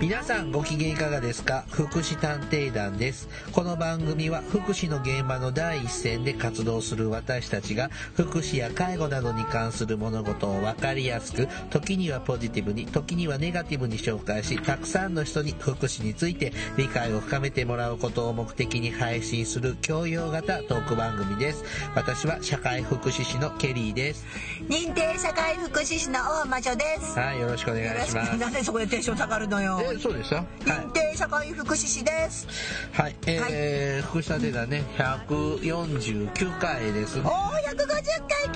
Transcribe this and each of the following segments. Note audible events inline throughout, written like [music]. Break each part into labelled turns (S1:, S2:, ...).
S1: 皆さんご機嫌いかがですか福祉探偵団です。この番組は福祉の現場の第一線で活動する私たちが福祉や介護などに関する物事を分かりやすく、時にはポジティブに、時にはネガティブに紹介し、たくさんの人に福祉について理解を深めてもらうことを目的に配信する教養型トーク番組です。私は社会福祉士のケリーです。
S2: 認定社会福祉士の大魔女です。
S1: はい、よろしくお願いします。
S2: なんでそこでテンション下がるのよ。
S1: え、そうですよ。はい
S2: 認。定社会福祉士です。
S1: はい、えー、福祉探偵団ね、149回ですね
S2: お。ー、150回記念なんか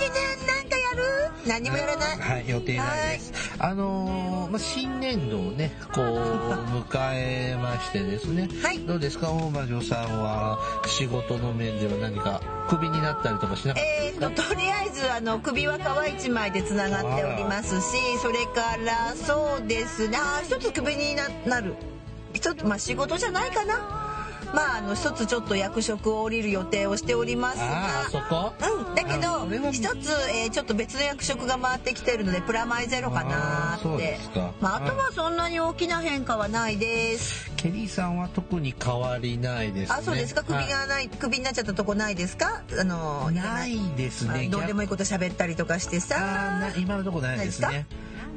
S2: やる何もやらない。
S1: はい、予定ないです。あのー、まあ、新年度をね、こう、迎えましてですね。
S2: はい
S1: どうですか、大魔女さんは、仕事の面では何か、クビになったりとかしなかっ
S2: えー、ととりあえずあの首は皮一枚でつながっておりますしそれからそうですねあー一つ首にななる一つまあ仕事じゃないかなまああの一つちょっと役職を降りる予定をしております
S1: たああ、そ
S2: が。
S1: こ
S2: うん、だけ
S1: あそれは
S2: ど一つ、えーちょっと別の役職が回ってきてるのでプラマイゼロかなー
S1: あーそう
S2: っ
S1: で
S2: て
S1: すか
S2: まあ、あと
S1: は
S2: はそんなに大きな変化はないです、
S1: ケリーさんは特に変わりないですね。
S2: あそうですか首
S1: はい
S2: がない首になっちゃったとこないですかあのー
S1: ないです
S2: まあ
S1: ね。
S2: どうでもいいこと喋ったりとかして
S1: 逆
S2: さ
S1: あーな今のところないです
S2: ない
S1: ね。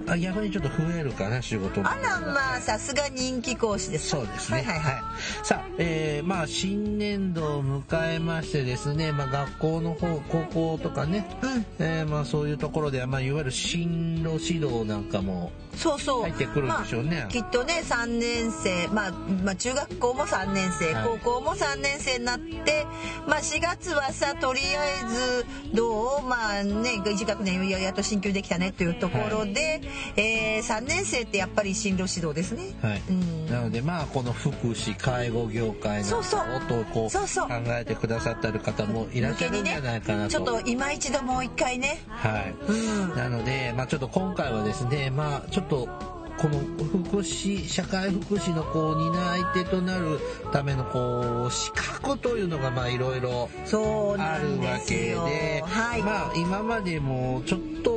S1: あ逆にちょっと増えるかな、仕事も
S2: あらまあさすが人気講師です
S1: そうですね。
S2: はいはいはい、
S1: さあ、えー、まあ、新年度を迎えましてですね、まあ、学校の方、高校とかね、
S2: うん
S1: えーまあ、そういうところでは、まあ、いわゆる進路指導なんかも
S2: そうそう
S1: 入ってくるんでしょうね
S2: まあ、きっとね3年生、まあ、まあ中学校も3年生
S1: はい
S2: 高校も3年生になって、まあ、4月はさとりあえずどうまあね1学年ややっと進級できたねというところで、え3年生ってやっぱり進路指導ですね。
S1: はい。
S2: うん
S1: なので、まあ、この福祉、介護業界の
S2: そうそう
S1: ことをこう
S2: そうそう
S1: 考えてくださってる方もいらっしゃるんじゃないかな
S2: ち
S1: と。
S2: ょっと今一度もう一回ね、
S1: はい。
S2: うん、
S1: なので、まあ、ちょっと今回はですね、まあ、ちょっとこの福祉社会福祉のこう担い手となるためのこう資格というのがまあいろいろ
S2: そうな
S1: あ
S2: ん
S1: る
S2: で
S1: わ
S2: す
S1: けで
S2: よ。はい、
S1: まあ、今までもちょっと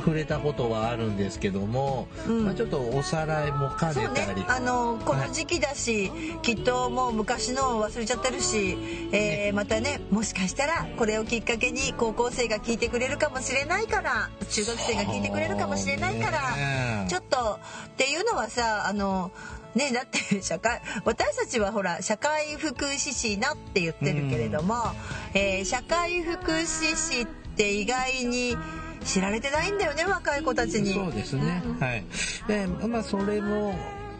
S1: 触れたことはあるんですけども、
S2: うん
S1: まあ、ちょっとおさらいも兼
S2: そ
S1: ね
S2: う
S1: たり
S2: ね、あのこの時期だし、きっともう昔のを忘れちゃってるし、えーまたねもしかしたらこれをきっかけに高校生が聞いてくれるかもしれないから中学生が聞いてくれるかもしれない
S1: そ
S2: か
S1: うね
S2: らちょっとっていうのはさあのねだって社会私たちはほら社会福祉士なって言ってるけれども、えー社会福祉士って意外に知られてないんだよね若い子たちに。
S1: そうですね。はい。で、まあ、それも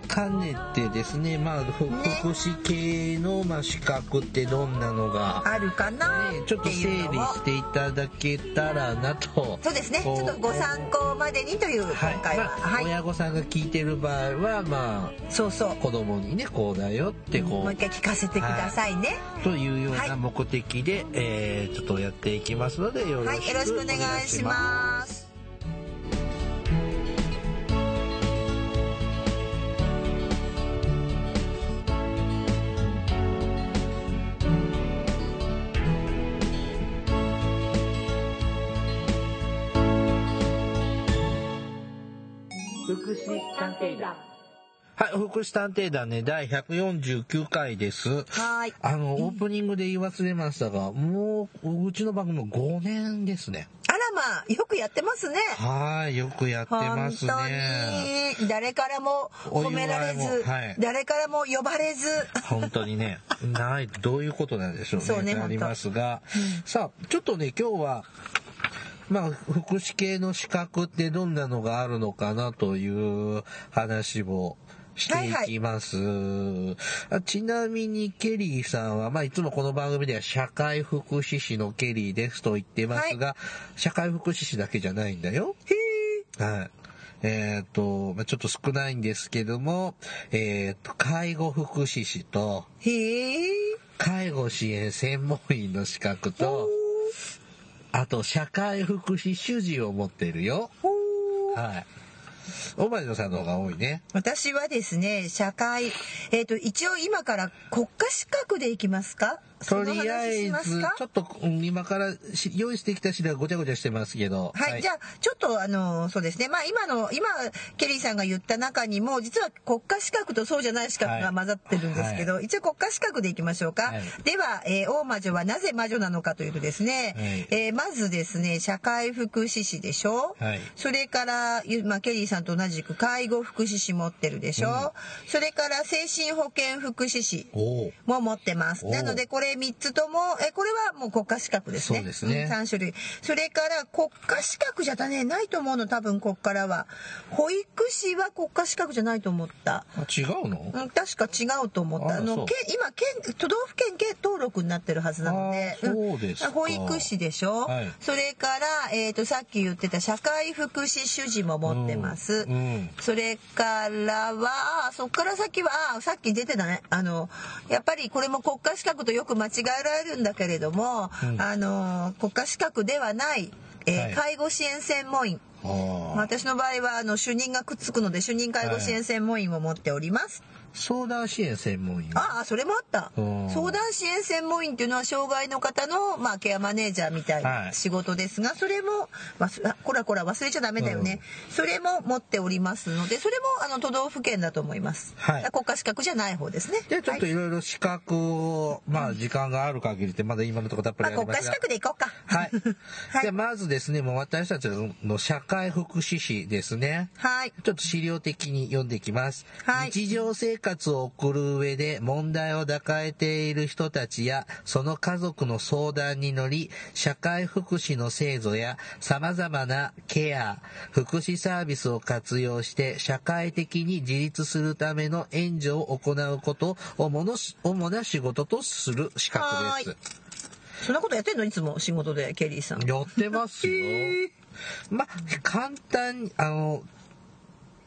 S1: 兼ねてですね、まあ、ふ福祉系の、まあ、資格ってどんなのが、
S2: あるかな
S1: ね、ちょっ
S2: っ
S1: と
S2: て
S1: 整
S2: いう
S1: 理
S2: のを
S1: していただけたらなと。
S2: そうですね。ち
S1: こう
S2: ょっとご参考までにという今
S1: はい。
S2: 回は。
S1: まあ
S2: はい。
S1: 親御さんが聞いてる場合は、ま
S2: そうそう
S1: あ、。子供にね、こうだよって、こ
S2: もう
S1: う
S2: 一、回聞かせてくださいね。
S1: というよう
S2: は
S1: ない目的で、えーちょっとやっていきますので、よろ
S2: はい、
S1: しく
S2: よろしくお
S1: お
S2: 願
S1: 願
S2: い
S1: い
S2: し
S1: します。
S2: ます。
S1: はい、福祉探偵団ね、第149回です。
S2: はい。
S1: あの、オープニングで言い忘れましたが、もう、うちの番組も5年ですね。
S2: あらまあ、よくやってますね。
S1: はい、よくやってま
S2: 本
S1: すね。
S2: 当に誰からも褒められ
S1: お祝い
S2: ず
S1: もはい、
S2: 誰からも呼ばれず。
S1: 本当にね、ない、どういうことなんでしょうね。
S2: そうね
S1: なりますが、
S2: 本
S1: さあ、ちょっとね、今日は、まあ、福祉系の資格ってどんなのがあるのかなという話をしていきます。あちなみに、ケリーさんは、まあ、いつもこの番組では社会福祉士のケリーですと言ってますが、社会福祉士だけじゃないんだよ。はい。えっ、と、まあ、ちょっと少ないんですけども、えっ、と、介護福祉士と、
S2: へえ。
S1: 介護支援専門員の資格と、あと、社会福祉主事を持っているよ。
S2: ほー
S1: はい。おばじのさんの方が多いね。
S2: 私はですね、社会、えっ、と、一応今から国家資格でいきますかそ
S1: と
S2: の
S1: りあ
S2: 話
S1: え
S2: します
S1: ず
S2: か、
S1: ちょっとうん今からし用意してきた資料がごちゃごちゃしてますけど。
S2: はい、じゃあちょっとあのそうですねまあ今の今ケリーさんが言った中にも実は国家資格とそうじゃない資格が混ざってるんですけど、一応国家資格でいきましょうか、
S1: はい
S2: では、えー大魔女はなぜ魔女なのかというとですね、
S1: はい
S2: えーまずですね社会福祉士でしょ、
S1: はい
S2: それから、ゆまあ、ケリーさんと同じく介護福祉士持ってるでしょ、それから精神保健福祉士
S1: おお。
S2: も持ってます。
S1: おう
S2: なのでこれ3つとも、えこれはもう国家資格ですね。
S1: そうですね
S2: 3種類。それから国家資格じゃだね、ないと思うの、多分こっからは。保育士は国家資格じゃないと思った。
S1: あ違うの
S2: うん確か違うと思った。
S1: あ
S2: あ
S1: そ
S2: の、
S1: う
S2: 県、今、県、都道府県県登録になってるはずなので。
S1: あーそうですか
S2: ん保育士でしょ、
S1: はい
S2: それから、えっ、と、さっき言ってた社会福祉主事も持ってます。
S1: うんうん
S2: それからは、そっから先は、あさっき出てたね。あの、やっぱりこれも国家資格とよく間違えられるんだけれども、
S1: うん
S2: あの、国家資格ではない、えー
S1: はい
S2: 介護支援専門員。
S1: あー
S2: 私の場合は、あの、主任がくっつくので、主任介護支援専門員を持っております。
S1: 相談支援専門員。
S2: ああそれもあった
S1: うん
S2: 相談支援専門員っていうのは障害の方の、まあ、ケアマネージャーみたい
S1: は
S2: ない仕事ですが、それも忘れあこらこら忘れちゃダメだよね、それも持っておりますのでそれもあの都道府県だと思います、
S1: はい
S2: だから国家資格じゃない方ですね
S1: で、ちょっと
S2: はい
S1: いろいろ資格を、まあ、時間がある限りで、まだ今のところたっぷ
S2: ま
S1: り
S2: あ、
S1: あり
S2: 国
S1: ま
S2: 家
S1: す
S2: 資
S1: が。
S2: 格でいこうか
S1: はい。
S2: [laughs] はい
S1: じゃあ、まずですね、もう私たちの社会福祉士ですね。
S2: はい
S1: ちょっと資料的に読んでいきます。
S2: はい
S1: 日常生活を送る上で問題を抱えている人たちやその家族の相談に乗り、社会福祉の制度や様々なケア、福祉サービスを活用して社会的に自立するための援助を行うことをものし主な仕事とする資格です。
S2: そんなことやってんのいつも仕事でケリーさん
S1: やってますよ。まあ、簡単に、あの、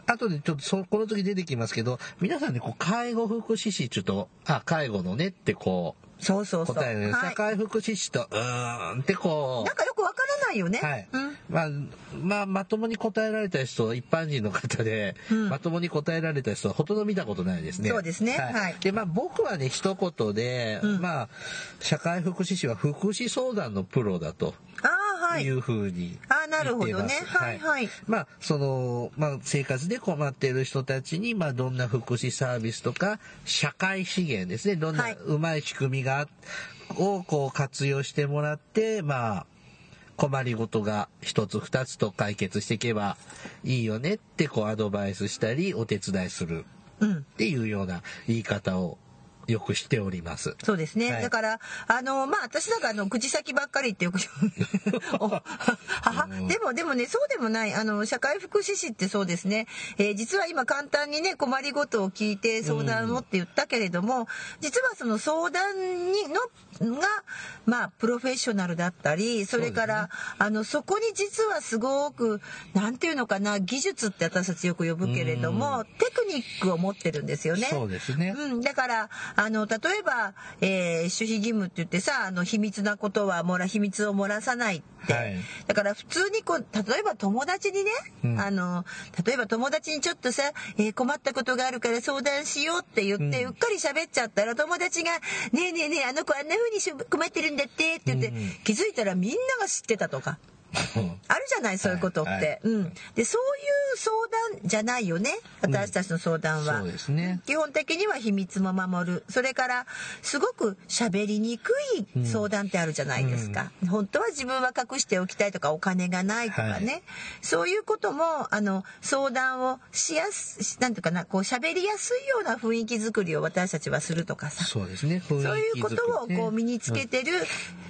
S1: あとでちょっとそ、この時出てきますけど、皆さんね、こう、介護福祉士ちょっと、あ、介護のねってこ
S2: そうそう
S1: う、
S2: そう、
S1: 答えるね。
S2: は
S1: 社
S2: い、
S1: 会福祉士と、うーんってこ
S2: なんかよくわからないよね、
S1: う、はい。
S2: うん
S1: まあ、まあ、まともに答えられた人、一般人の方で、
S2: うん
S1: まともに答えられた人はほとんど見たことないですね。
S2: そうですねはい
S1: で、まあ、僕はね、一言で、
S2: うん
S1: まあ、社会福祉士は福祉相談のプロだと。
S2: ああはい
S1: いうふうに
S2: あーなるほどね
S1: 言ってます
S2: はいはい
S1: まあその、まあ、生活で困っている人たちに、まあ、どんな福祉サービスとか社会資源ですねどん
S2: は
S1: ないうんまい仕組みが、をこう活用してもらってまあ困りごとが一つ二つと解決していけばいいよねってこうアドバイスしたりお手伝いする
S2: うん
S1: っていうような言い方をよくしております。
S2: そうですね。
S1: はい
S2: だから、あの、まあ、私なんか、あの、口先ばっかりってよく言うおははでも、でもね、そうでもない。あの、社会福祉士ってそうですね。えー実は今、簡単にね、困りごとを聞いて相談をって言ったけれども、実はその相談にの、が、まあ、プロフェッショナルだったり、それから、あの、そこに実はすごく、なんていうのかな、技術って私たちよく呼ぶけれども、テクニックを持ってるんですよね。
S1: そうですね、
S2: うん、だからあの例えば、えー守秘義務って言ってさあの秘密なことはもら秘密を漏らさないって、
S1: はい
S2: だから普通にこう例えば友達にね、
S1: うん
S2: あの例えば友達にちょっとさ、えー困ったことがあるから相談しようって言って、う
S1: うん
S2: っかり喋っちゃったら友達が「ねえねえねえあの子あんな風にしゅ困ってるんだって」って言って、
S1: うん
S2: 気づいたらみんなが知ってたとか。あるじゃないそういうことって、
S1: はいはい
S2: うん、でそういう相談じゃないよね私たちの相談は、
S1: そうですね
S2: 基本的には秘密も守るそれからすごく喋りにくい相談ってあるじゃないですか、本当は自分は隠しておきたいとかお金がないとかね、
S1: は
S2: そういうこともあの相談をしやすしなんていうかなこう喋りやすいような雰囲気作りを私たちはするとか
S1: [laughs]
S2: さ
S1: そうですねそう
S2: そういうことをこう身につけてる、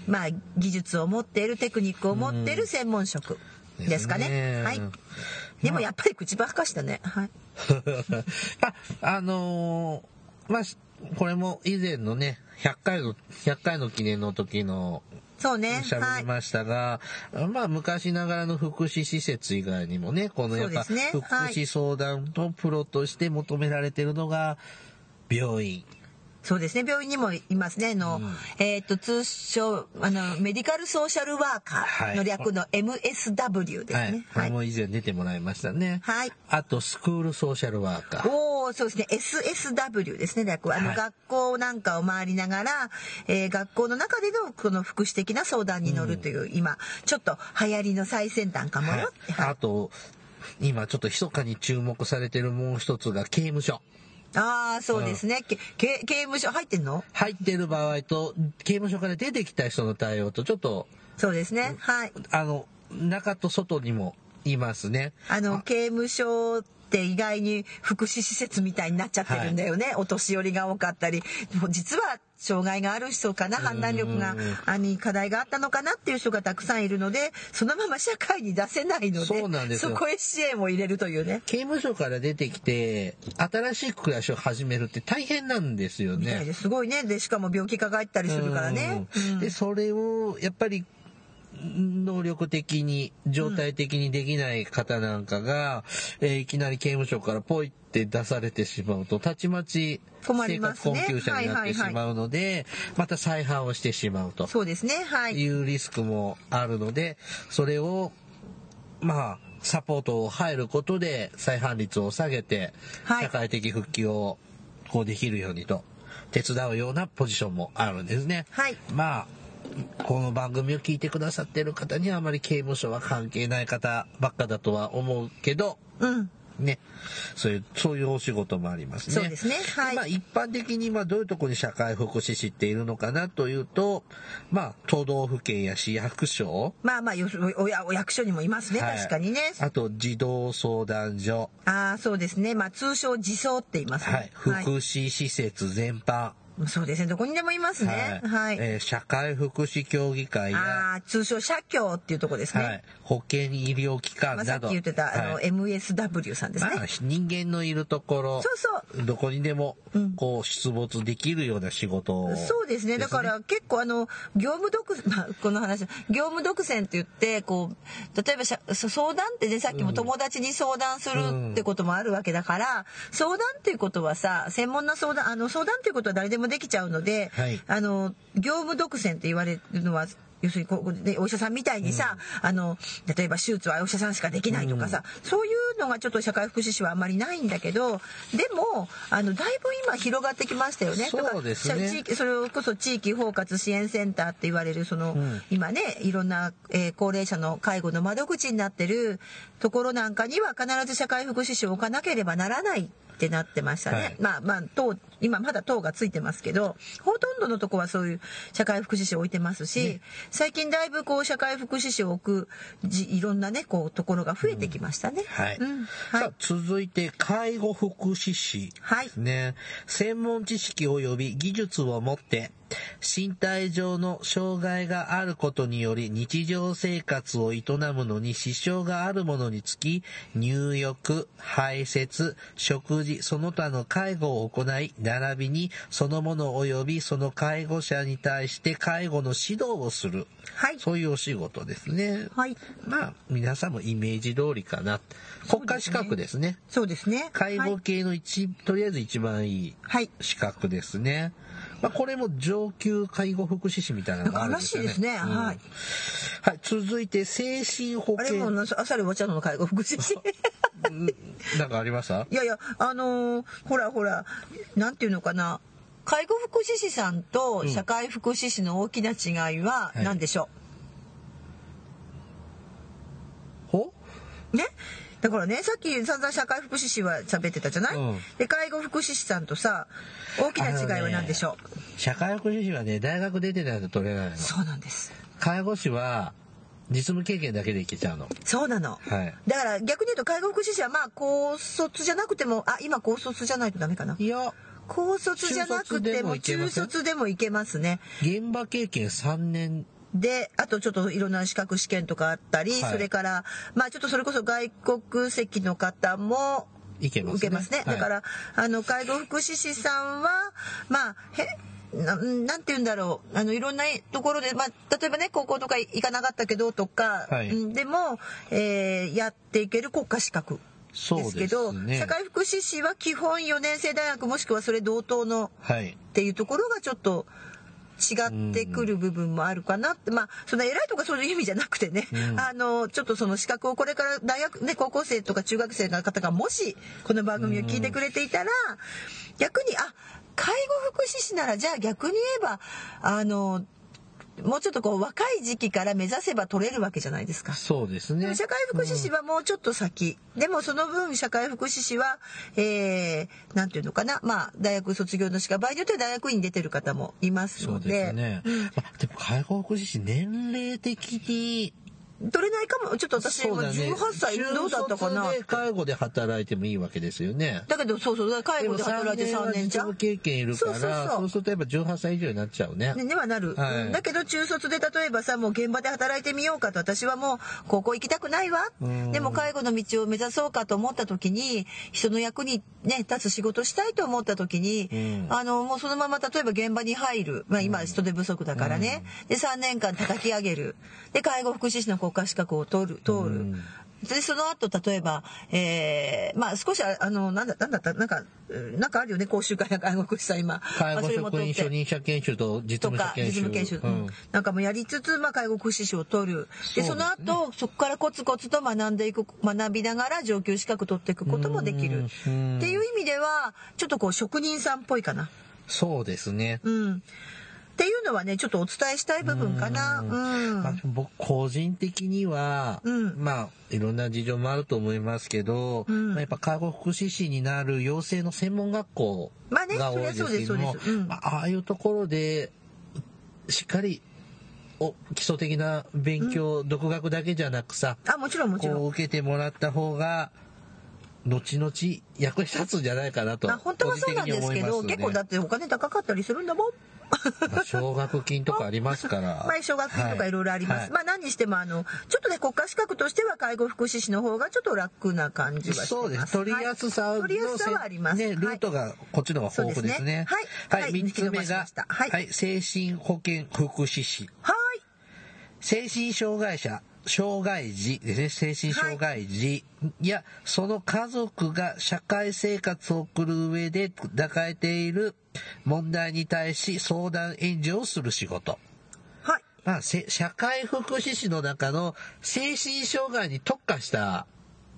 S2: まあ、技術を持っているテクニックを持っている専門職ですかね。はい。でもやっぱり口ばっかしたね。はい。
S1: あ、 [laughs] あのーまあ、しこれも以前のね、100回の、100回の記念の時の
S2: そうね。
S1: 喋
S2: は
S1: り
S2: い。
S1: ましたが、まあ、昔ながらの福祉施設以外にもね、このやっぱ、
S2: そうですね
S1: 福祉相談のプロとして求められてるのが、病院、
S2: そうですね病院にもいますねあの、
S1: うん
S2: えっ、と通称あのメディカルソーシャルワーカーの略の MSW です
S1: はい
S2: ね。。
S1: こ
S2: は
S1: れ
S2: い。
S1: も以前出てもらいましたね。
S2: はい
S1: あと、スクールソーシャルワーカー。
S2: おーそうですね SSW ですね略はあの、
S1: はい
S2: 学校なんかを回りながら、えー学校の中でのこの福祉的な相談に乗るという、今ちょっと流行りの最先端かも
S1: はい
S2: よって、はい
S1: あと、今ちょっと密かに注目されてるもう一つが刑務所。
S2: ああそうですね、けけ刑務所入ってんの
S1: 入ってる場合と、刑務所から出てきた人の対応と、ちょっと、
S2: そうですねはい
S1: あの、中と外にもいますね。
S2: あの刑務所って意外に福祉施設みたいになっちゃってるんだよね、お年寄りが多かったり実は障害がある人かな判断力があに課題があったのかなっていう人がたくさんいるのでそのまま社会に出せないので
S1: そうなんですよ
S2: そこへ支援を入れるというね。
S1: 刑務所から出てきて、新しい暮らしを始めるって大変なんですよね。
S2: すごいねでしかも病気抱えたりするからね。
S1: うん
S2: うん
S1: でそれをやっぱり能力的に状態的にできない方なんかが、えーいきなり刑務所からポイって出されてしまうとたちまち
S2: 困
S1: 生
S2: りま
S1: 活
S2: す
S1: 困
S2: ね
S1: 窮者になってしまうので、また再犯をしてしまうと
S2: そうですねはい
S1: いうリスクもあるのでそれをまあサポートを入ることで再犯率を下げて、
S2: はい
S1: 社会的復帰をこうできるようにと手伝うようなポジションもあるんですね。
S2: はい
S1: まあこの番組を聞いてくださってる方にはあまり刑務所は関係ない方ばっかだとは思うけど
S2: うん
S1: ねそういうそういうお仕事もありますね。
S2: そうですねはい
S1: まあ、一般的にまあどういうところに社会福祉士っているのかなというと、まあ、都道府県や市役所、
S2: まあまあよおやお役所にもいますね、
S1: はい
S2: 確かにね。
S1: あと児童相談所、
S2: ああそうですねまあ通称自走って言いますね。
S1: はい、福祉施設全般、
S2: そうですね。どこにでもいますね。はい。
S1: えー社会福祉協議会や、
S2: ああ、通称社協っていうとこですね。
S1: はい、保健医療機
S2: ま
S1: 関
S2: あ、さ
S1: な
S2: っき
S1: ど、
S2: 言ってた、あの
S1: はい
S2: MSW さんですね。
S1: まあ、人間のいるところ
S2: そうそう。
S1: どこにでも
S2: うん
S1: こう出没できるような仕事を
S2: そうですね。だから結構あの、業務独、 [laughs] まあ、この話、業務独占って言って、こう、例えばしゃそ相談ってね、さっきも友達に相談するってこともあるわけだから、相談っていうことはさ、専門な相談、あの、相談っていうことは誰でもできちゃうので、
S1: はい
S2: あの、業務独占って言われるのは、要するにこう、ね、お医者さんみたいにさ、あの、例えば手術はお医者さんしかできないとかさ、そういうのがちょっと社会福祉士はあんまりないんだけど、でも、あの、だいぶ今広がってきましたよね。だから
S1: そうですね
S2: 地域それこそ地域包括支援センターって言われるその、
S1: ん
S2: 今ねいろんな、えー高齢者の介護の窓口になってるところなんかには必ず社会福祉士を置かなければならないってなってましたね、
S1: はい
S2: まあまあ党今まだ党がついてますけどほとんどのとこはそういう社会福祉士を置いてますし、最近だいぶこう社会福祉士を置くじいろんなねこうところが増えてきましたね。
S1: はい、
S2: うんはい
S1: さあ続いて介護福祉士
S2: はい
S1: ですね、専門知識及び技術を持って身体上の障害があることにより日常生活を営むのに支障があるものにつき入浴排泄食事その他の介護を行い並びにそのもの及びその介護者に対して介護の指導をする
S2: はい
S1: そういうお仕事ですね。
S2: はい
S1: まあ、皆さんもイメージ通りかな。国家資格ですね。
S2: そうですね。
S1: 介護系の一、とりあえず一番いい
S2: はい。
S1: 資格ですね。まあ、これも上級介護福祉士みたいなの
S2: なんか
S1: があるん
S2: ら
S1: で
S2: し
S1: す
S2: い
S1: よね。
S2: ですね。
S1: うん
S2: はい。
S1: はい、続いて精神保
S2: あれ
S1: 健
S2: もうなあさりお茶の介護福祉 [laughs] 士
S1: なんかありました
S2: いやいやあのーほらほらなんていうのかな介護福祉士さんと社会福祉士の大きな違いは
S1: うん
S2: 何でしょ
S1: ほ
S2: う、ねだからねさっき散々社会福祉士は喋ってたじゃない、
S1: うん
S2: で介護福祉士さんとさ大きな違いは何でしょう、
S1: 社会福祉士はね、大学出てないと取れないの。
S2: そうなんです
S1: 介護士は、実務経験だけでいけちゃうの。
S2: そうなの、
S1: はい。
S2: だから逆に言うと介護福祉士はまあ高卒じゃなくてもあ今高卒じゃないとダメかない
S1: や、
S2: 高卒じゃなくても
S1: 中
S2: 中
S1: 卒
S2: 卒でもいけますね
S1: 現場経験3年
S2: であとちょっといろんな資格試験とかあったり、
S1: はい
S2: それからまあちょっとそれこそ外国籍の方も
S1: いけますね。
S2: 受けますね
S1: はい
S2: だから、あの介護福祉士さんはまあへななんて言うんだろうあのいろんなところで、まあ、例えばね高校とか行かなかったけどとか、
S1: はい
S2: うんでも、えーやっていける国家資格ですけ
S1: そ
S2: ど
S1: うですね
S2: 社会福祉士は基本4年生大学もしくはそれ同等の
S1: はい。
S2: っていうところがちょっと違ってくる部分もあるかなって、まあその偉いとかそういう意味じゃなくてね、
S1: うん
S2: あのちょっとその資格をこれから大学ね高校生とか中学生の方がもしこの番組を聞いてくれていたら、逆にあ介護福祉士ならじゃあ逆に言えばあのもうちょっとこう若い時期から目指せば取れるわけじゃないですか。
S1: そうです
S2: でも
S1: ね。
S2: 社会福祉士はもうちょっと先、でもその分社会福祉士はえー、なんていうのかなまあ大学卒業のしか場合によっては大学院に出てる方もいます
S1: そ
S2: の
S1: う
S2: で
S1: ですね。まあ、でも、介護福祉士年齢的に、
S2: 取れないかもちょっと私
S1: そう
S2: も
S1: だね
S2: 18歳どうだったかな
S1: 中卒で介護で働いてもいいわけですよね。
S2: だけどそうそう介
S1: で
S2: 護
S1: も
S2: で働いて3年じゃ
S1: は実務
S2: ん
S1: 経験いるから、
S2: そうそうそう
S1: そうするとやっぱ18歳以上になっちゃうね。
S2: ね、はなる、
S1: はい
S2: うんだけど中卒で例えばさもう現場で働いてみようかと私はもう高校行きたくないわ
S1: うん
S2: でも介護の道を目指そうかと思った時に人の役に、ね、立つ仕事したいと思った時に、
S1: うん
S2: あのもうそのまま例えば現場に入る、まあ、今人手不足だからね、で3年間叩き上げるで介護福祉士の国家資格を取る通る。
S1: うん
S2: でその後例えば、えーまあ少しああのなんだなんだったなんかえーなんかあるよね講習会の介護福祉さん今
S1: 介
S2: まあ
S1: 護
S2: それも
S1: 職
S2: 取
S1: 員
S2: って
S1: 初任者研修と実
S2: と
S1: 務者
S2: か実
S1: 研修。
S2: 務研修、うん
S1: うん
S2: なんかもやりつつ、まあ、介護福祉士を取るで
S1: そ
S2: そう
S1: で
S2: の
S1: すね
S2: 後そこからコツコツと学んでいく学びながら上級資格取っていくこともできるって
S1: うん
S2: いう意味ではちょっとこう職人さんっぽいかな。
S1: そうですね。
S2: うんっていうのはねちょっとお伝えしたい部分かな。
S1: う
S2: うんん
S1: まあ僕個人的には、
S2: うん
S1: まあいろんな事情もあると思いますけど、
S2: うん
S1: まあやっぱ介護福祉士になる養成の専門学校
S2: まあね
S1: が多いですけども
S2: そりゃそうですそうですうん
S1: まあああいうところでしっかりお基礎的な勉強、独学だけじゃなくさ
S2: あもちろんもちろん
S1: こう。受けてもらった方が後々役に立つんじゃないかなと
S2: まあ本当はそうなんですけど、
S1: 個人的に
S2: 結
S1: 思
S2: 構
S1: い
S2: だ
S1: ま
S2: ってお金高かったりするんだもん。
S1: まあ奨学金とかありますから
S2: [laughs] まあ、奨学金とかいろいろあります。
S1: はい
S2: まあ、何にしても、あの、ちょっとね、国家資格としては介護福祉士の方がちょっと楽な感じはしてます。
S1: そうです。取りやすさ
S2: は
S1: のせ、
S2: い取りやすさはあります。
S1: ね、ルートがこっちの方が豊富ですね。
S2: そうですねはい
S1: は、
S2: はいい
S1: 三、つ
S2: 伸
S1: 目
S2: ばし
S1: が
S2: ました、はい
S1: 精神保健福祉士。
S2: はい。
S1: 精神障害者、障害児ですね。精神障害児や、その家族が社会生活を送る上で抱えている問題に対し相談援助をする仕事。
S2: はい。はい。
S1: まあ、せ社会福祉士の中の精神障害に特化した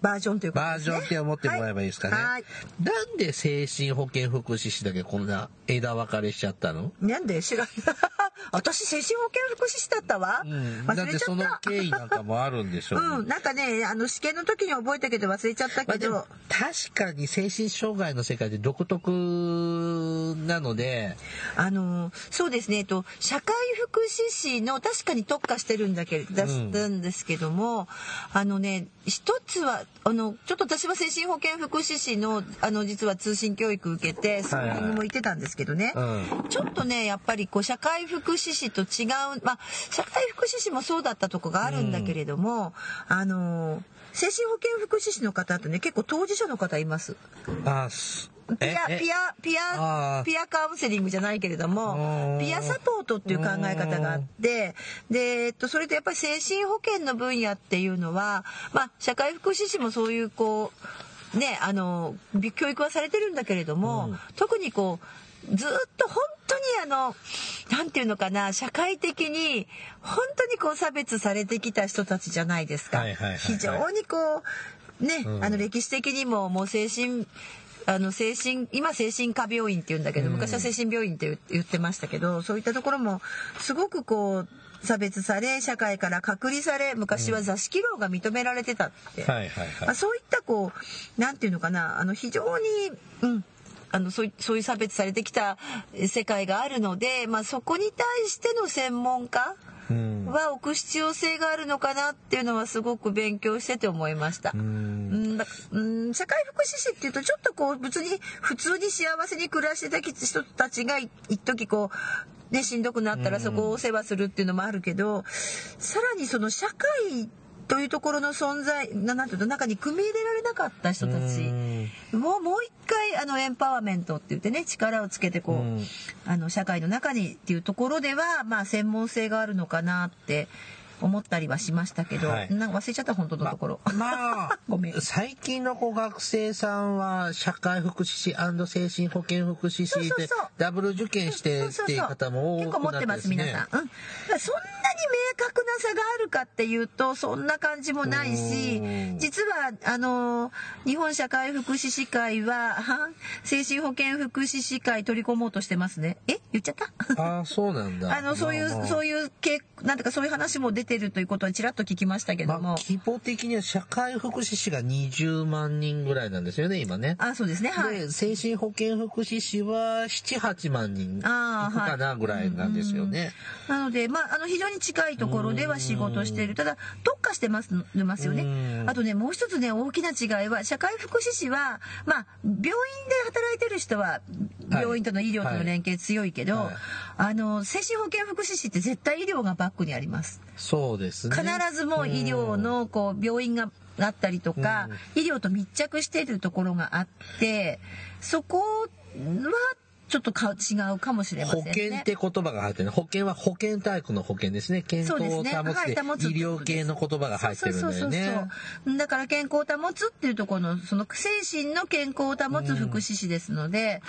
S2: バージョンということ
S1: バー
S2: です
S1: ジ
S2: ね
S1: ョンって思ってもらえばいいですかね。
S2: はいはい
S1: なんで精神保健福祉士だけこんな枝分かれしちゃったの
S2: なんで知らん。 [laughs] 私、精神保健福祉士だったわ。
S1: うん。だっ
S2: 忘
S1: て
S2: れちゃ
S1: そ
S2: っ
S1: の
S2: た。
S1: 経緯なんかもあるんでしょう、ね。
S2: うん、なんかね、あの、試験の時に覚えたけど忘れちゃった
S1: まあ
S2: け
S1: で
S2: ど、
S1: も、確かに精神障害の世界で独特なので、
S2: あのそうですね、えっと、社会福祉士の確かに特化してるんだけど、出したんですけども、あのね一つはあのちょっと私は精神保健福祉士のあの実は通信教育受けてスクーリングも行ってたんですけどね、
S1: うん
S2: ちょっとねやっぱりこう社会福祉士と違う、まあ、社会福祉士もそうだったとこがあるんだけれども、あの精神保健福祉士の方ってね結構当事者の方います。
S1: あ、す
S2: ピア、ピア、ピ
S1: あー
S2: ア、ピアカウンセリングじゃないけれど
S1: う
S2: も
S1: ん、
S2: ピアサポートっていう考え方があって、で、えっと、それとやっぱり精神保健の分野っていうのは、まあ、社会福祉士もそういう、こう、ね、あの、教育はされてるんだけれども、
S1: うん
S2: 特にこう、ずっと本当にあの、なんていうのかな、社会的に、本当にこう差別されてきた人たちじゃないですか。
S1: はいはいはいはい
S2: 非常にこう、ね、
S1: うん
S2: あの、歴史的にももう精神あの精神今精神科病院って言うんだけど、
S1: うん
S2: 昔は精神病院って言言ってましたけどそういったところもすごくこう差別され社会から隔離され昔は座敷牢が認められてたって、
S1: はいはいはい
S2: まあ、そういったこうなんていうのかなあの非常に、うん、あのそういそういう差別されてきたえ世界があるので、まあ、そこに対しての専門家
S1: うん。
S2: は置く必要性があるのかなっていうのはすごく勉強してて思いました。
S1: うん
S2: うんだうん社会福祉士っていうとちょっとこう別に普通に幸せに暮らしてた人たちがい一時こう、ね、しんどくなったらそこをお世話するっていうのもあるけど、さらにその社会というところの存在ななんていうの中に組み入れられなかった人たちもうもう一回あのエンパワーメントって言ってね力をつけてこう、
S1: うん
S2: あの社会の中にっていうところでは、まあ、専門性があるのかなって思ったりはしましたけど、
S1: はい
S2: なんか忘れちゃった本当のところ、
S1: まあ
S2: ごめん
S1: 最近の子学生さんは社会福祉士精神保健福祉
S2: そう
S1: 士
S2: そう
S1: で
S2: そう
S1: ダブル受験してっていう方も多
S2: 結構
S1: く
S2: 持
S1: な
S2: っ
S1: ってて
S2: ま
S1: ですす
S2: 皆
S1: ね
S2: さん、うん、だからそんなに明確な差があるかっていうとそんな感じもないし
S1: うん
S2: 実はあの日本社会福祉士会はは精神保健福祉士会取り込もうとしてますねえ言っちゃった
S1: ああそうなんだ
S2: あのそういう、そう
S1: いう
S2: いう系なんとかそういう話も出てるということはちらっと聞きましたけども、
S1: まあ、希望的には社会福祉士が20万人ぐらいなんですよね今ね
S2: あ、そうですねはい
S1: で精神保健福祉士は78万人いく
S2: あーはい
S1: かなぐらいなんですよね。
S2: なので、まあ、あの非常に近いところでは仕事しているただ特化してますますよ
S1: う
S2: ね
S1: ん
S2: あとねもう一つね大きな違いは社会福祉士は、まあ、病院で働いてる人は
S1: はい
S2: 病院との医療との連携強いけど、
S1: はい
S2: あの精神保健福祉士って絶対医療がバックにあります
S1: そうですね。
S2: 必ずもう医療のこう病院があったりとか、医療と密着しているところがあってそこはちょっとか違うかもしれません
S1: 保
S2: ね。
S1: 険って言葉が入ってる。保険は保険体育の保険ですね。健康を
S2: そ
S1: 保つ
S2: うです
S1: で、
S2: ねはい保つ
S1: 医療系の言葉が入ってるんだよね。
S2: そうだから健康を保つっていうところのその精神の健康を保つ福祉士ですので、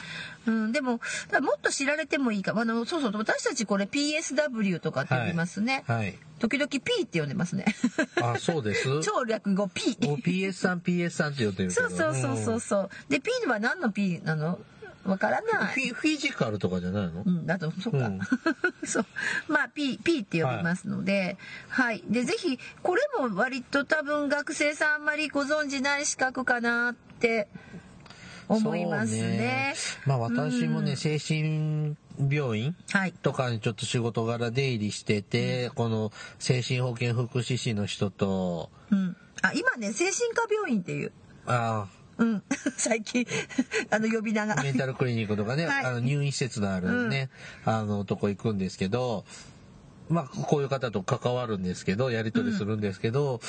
S2: うんでもだからもっと知られてもいいかあのそうそう私たちこれ PSW とかって呼びますね、
S1: はい。
S2: 時々 P って呼んでま
S1: [laughs]
S2: すね
S1: あ、そうです。
S2: [laughs] 超略語 P
S1: もう PS さん PS さんって呼んでるけど。
S2: そうそうそうそうそうで P は何の P なのわから
S1: うん
S2: ない
S1: フィフィジカルとかじゃないの
S2: うん、だとそうか、
S1: うん
S2: [laughs] そうまあ P, P って呼びますので,、はいでぜひこれも割と多分学生さんあんまりご存じない資格かなって思います
S1: そう
S2: ね。
S1: まあ私も
S2: うん
S1: ね、精神病院
S2: はい
S1: とかにちょっと仕事柄出入りしてて、この精神保健福祉士の人と、
S2: うん、あ今ね精神科病院っていう、
S1: あ
S2: うん、 [laughs] 最近あの呼び名が
S1: ーメンタルクリニックとかね、
S2: はい
S1: あの入院施設のあるね、あのとこ行くんですけど、まあこういう方と関わるんですけど、やり取りするんですけど、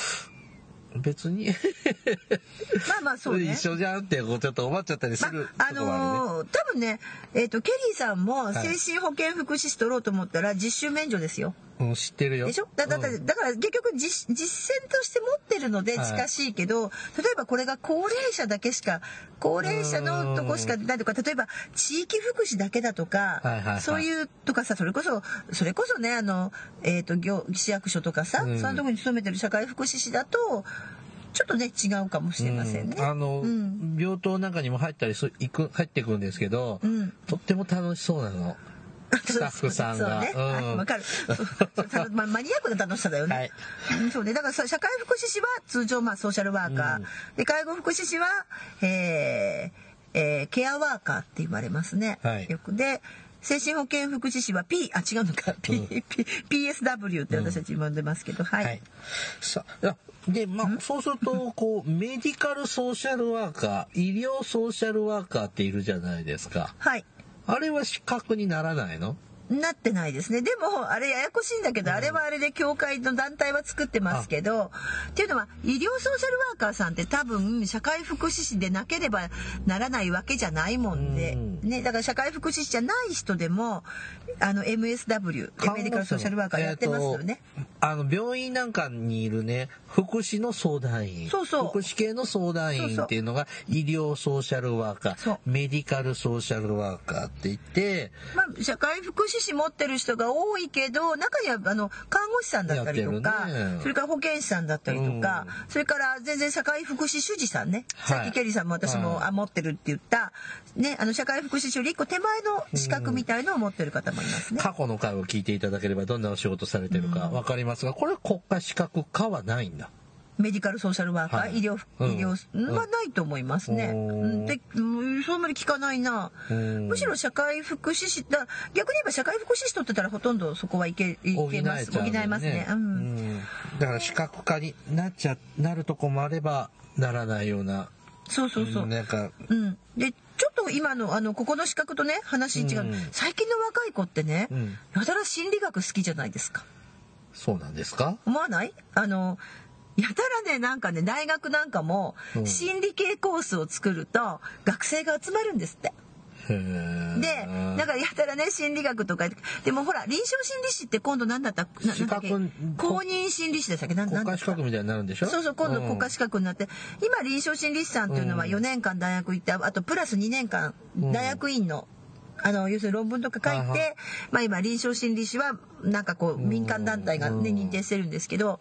S1: 別に、
S2: まあまあそうね。
S1: 一緒じゃんってこうちょっと思っちゃったりする
S2: まあ、あ
S1: とこはあるね。
S2: のー多分ね、えっ、と、ケリーさんも
S1: い
S2: 精神保健福祉士取ろうと思ったら実習免除ですよ。
S1: うん、知ってるよ。
S2: でしょだだだ
S1: うん
S2: だから結局実実践として持ってるので
S1: はい
S2: 近しいけど、例えばこれが高齢者だけしか高齢者のとこしかないとか例えば地域福祉だけだとか、
S1: はいはいはい
S2: そういうとかさそれこそそれこそねあの、えー、と行市役所とかさ、
S1: うん
S2: そういうとこに勤めてる社会福祉士だとちょっとね違うかもしれませんね。
S1: うんあの、
S2: うん
S1: 病棟なんかにも入ったりす行く入ってくんですけど、
S2: うん
S1: とっても楽しそうなの。スタッフさんが。
S2: そうね。はいわ、かる。そうそうまマニアックな楽しさだよね。
S1: はい
S2: うんそうね。だからさ社会福祉士は通常まあソーシャルワーカー、
S1: うん
S2: で介護福祉士は、えーえーケアワーカーって言われますね。
S1: はい
S2: よくで。精神保健福祉士は P、あ、違うのか、P、
S1: うん
S2: P、PSW って私たち呼んでますけど、はい。
S1: はい。さあ、で、まあ、そうすると、こう、メディカルソーシャルワーカー、医療ソーシャルワーカーっているじゃないですか。
S2: はい。
S1: あれは資格にならないの
S2: なってないですね。でも、あれややこしいんだけど、あれはあれで協会の団体は作ってますけど、っていうのは、医療ソーシャルワーカーさんって多分、社会福祉士でなければならないわけじゃないもんで、
S1: うん
S2: ね、だから社会福祉士じゃない人でも、あの、MSW、メディカルソーシャルワーカーやってますよね。
S1: えーとあの、病院なんかにいるね、福祉の相談員。
S2: そうそう
S1: 福祉系の相談員っていうのが、医療ソーシャルワーカ
S2: そう
S1: ー、メディカルソーシャルワーカーって言って、
S2: まあ、社会福祉士持ってる人が多いけど中にはあの看護師さんだったりとか、
S1: やってるね
S2: それから保健師さんだったりとか、
S1: う
S2: それから全然社会福祉主事さんね、
S1: はい
S2: さっきケリーさんも私も、
S1: はい
S2: あ持ってるって言った、ね、あの社会福祉士より一個手前の資格みたいのを持ってる方もいますね。
S1: 過去の回を聞いていただければどんなお仕事されてるかわかりますが、これ国家資格化はないんだ。
S2: メディカルソーシャルワーカー、
S1: はい
S2: 医療、
S1: うん
S2: 医療はないと思いますね。
S1: おー
S2: うん、で、うんそんなに聞かないな。
S1: うん
S2: むしろ社会福祉士だ、逆に言えば社会福祉士取ってたらほとんどそこはいけ、い
S1: 補え
S2: け
S1: ちゃ
S2: ます。
S1: う
S2: 補
S1: んだよ
S2: えますね。うん
S1: うんだから資格化になっちゃなるとこもあればならないような
S2: そうそうそう。
S1: なんか
S2: うん、でちょっと今のあのここの資格とね話違う、
S1: うん
S2: 最近の若い子ってね、
S1: うん
S2: やたら心理学好きじゃないですか
S1: そうなんですか
S2: 思わないあのやたらねなんかね大学なんかも
S1: うん
S2: 心理系コースを作ると学生が集まるんですって。でだ
S1: か
S2: からやたらね心理学とかでもほら臨床心理士って今度何だったななんだっけ
S1: 資格
S2: 公認心理士でしたっけなな
S1: 国
S2: んだっ
S1: 家
S2: け
S1: 資格みたいになるんでしょ
S2: そうそう今度国家資格になって、今臨床心理士さんっていうのは
S1: うん
S2: 4年間大学行ってあとプラス2年間
S1: うん
S2: 大学院の。あの要するに論文とか書い
S1: はいは
S2: て、まあ、今臨床心理士はなんかこう民間団体が、ね、
S1: うん
S2: 認定してるんですけど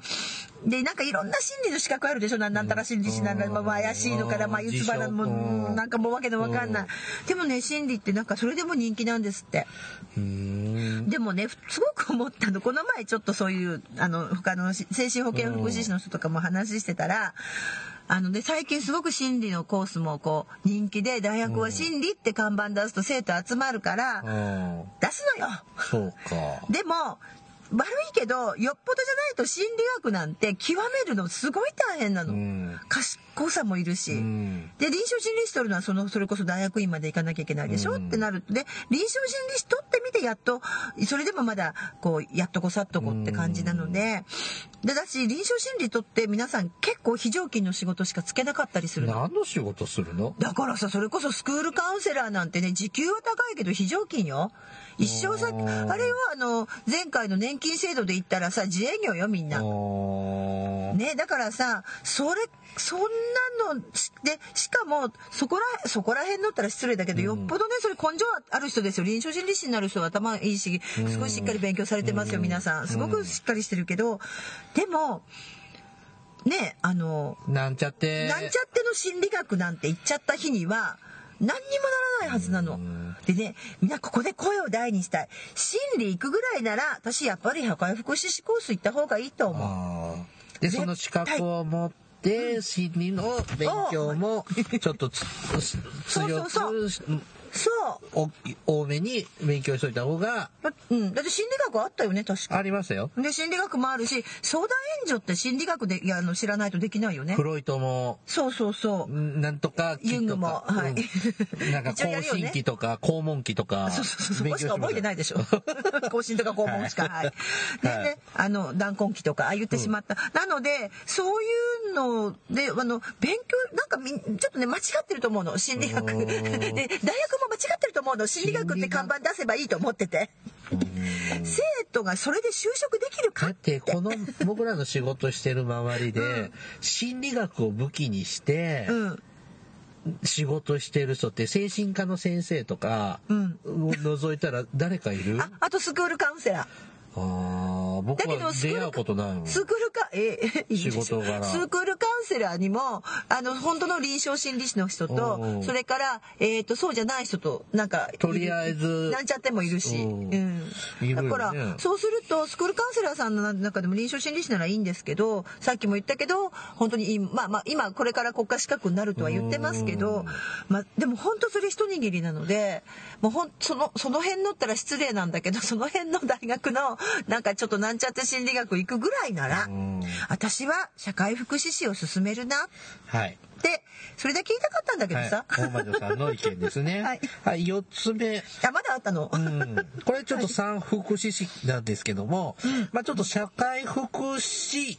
S2: でなんかいろんな心理の資格あるでしょなんなんたら心理士なんだ、
S1: うん
S2: まあ、まあ怪しいのから
S1: うん
S2: まあ四つ葉なのも
S1: 自称うん
S2: なんかもうわけのわかんない、
S1: うん
S2: でもね心理ってなんかそれでも人気なんですって。
S1: うーん
S2: でもねふすごく思ったのこの前ちょっとそういうあの他のし精神保健福祉士の人とかも話してたら、あので最近すごく心理のコースもこう人気で大学は心理って看板出すと生徒集まるから、
S1: うん
S2: 出すのよ
S1: そうか
S2: でも悪いけどよっぽどじゃないと心理学なんて極めるのすごい大変な
S1: う
S2: の、
S1: ん
S2: 賢さもいるし。
S1: うん
S2: で臨床心理士取るのはそのそれこそ大学院まで行かなきゃいけないでしょ、
S1: うん
S2: ってなるとで臨床心理士取ってみてやっとそれでもまだこうやっとこさっとこって感じなので、でだし臨床心理取って皆さん結構非常勤の仕事しかつけなかったりするの。
S1: 何の仕事するの
S2: だからさそれこそスクールカウンセラーなんてね時給は高いけど非常勤よ一生さ
S1: おー
S2: あれよあの前回の年金制度で言ったらさ自営業よみんな
S1: ね
S2: ねだからさそれそんなのしでしかもそこらそこら辺のったら失礼だけど、よっぽどねそれ根性ある人ですよ臨床心理士になる人は頭いいしすごいしっかり勉強されてますよ、皆さんすごくしっかりしてるけど、でもねあの、
S1: なんちゃって
S2: なんちゃっての心理学なんて言っちゃった日には何にもならないはずなの。でねみんなここで声を大にしたい心理行くぐらいなら私やっぱり破壊福祉士コース行った方がいいと思う。
S1: あーで
S2: 絶対
S1: その資格を持って心理の勉強もちょっとつ
S2: そう
S1: 強
S2: そうそう
S1: く
S2: そう
S1: お多めに勉強しといた方が
S2: だうん、だって心理学あったよね確か
S1: ありましたよ
S2: で心理学もあるし相談援助って心理学でいやあの知らないとできないよね
S1: フロイトも
S2: そうそうそ
S1: んなんとか
S2: ユングも
S1: 木とか
S2: はい
S1: うんなんか
S2: [laughs] 一応
S1: 更
S2: やるよね
S1: 新期とか肛門期とか
S2: うそうそうそうそ
S1: 勉
S2: こ
S1: 強
S2: しか覚えてないでしょ [laughs] 更新とか肛門しかはい、で
S1: はい
S2: ねあの断根期とかあ言ってしまった、なのでそういうのであの勉強なんかみんちょっとね間違ってると思うの心理学 [laughs] で
S1: お
S2: 大学も
S1: ー
S2: 間違ってると思うの心理学って看板出せばいいと思ってて
S1: みたいなうん
S2: [laughs] 生徒がそれで就職できるか
S1: だってこの僕らの仕事してる周りで、
S2: うん
S1: 心理学を武器にして
S2: うん
S1: 仕事してる人って精神科の先生とか
S2: う
S1: を
S2: ん
S1: 除いたら誰かいる、
S2: ああとスクールカウンセラー
S1: あー僕
S2: だけど
S1: は
S2: スクー
S1: 出
S2: ル
S1: 会うことないもん
S2: スクールカえいいんですよ
S1: 仕事柄
S2: スクールカウンセラーにもあの本当の臨床心理士の人
S1: う
S2: と
S1: ん
S2: それから、えー、とそうじゃない人となんか
S1: とりあえず
S2: なんちゃってもいるし、
S1: うん
S2: うん
S1: いるよ
S2: だ
S1: ね
S2: から、そうするとスクールカウンセラーさんの中でも臨床心理士ならいいんですけどさっきも言ったけど本当に今,、まあまあ、今これから国家資格になるとは言ってますけ
S1: う
S2: ど
S1: ん、
S2: まあ、でも本当それ一握りなのでもうほんそのその辺のったら失礼なんだけど [laughs] その辺の大学のなんかちょっとなんちゃって心理学行くぐらいなら、
S1: うん
S2: 私は社会福祉士を勧めるな
S1: はい
S2: ってそれだけ言いたかったんだけど
S1: はい
S2: さ、
S1: 大魔女さんの意見ですね
S2: はい
S1: はい、4つ目
S2: あまだあったの、
S1: うんこれちょっと産福祉士なんですけども、まあちょっと社会福祉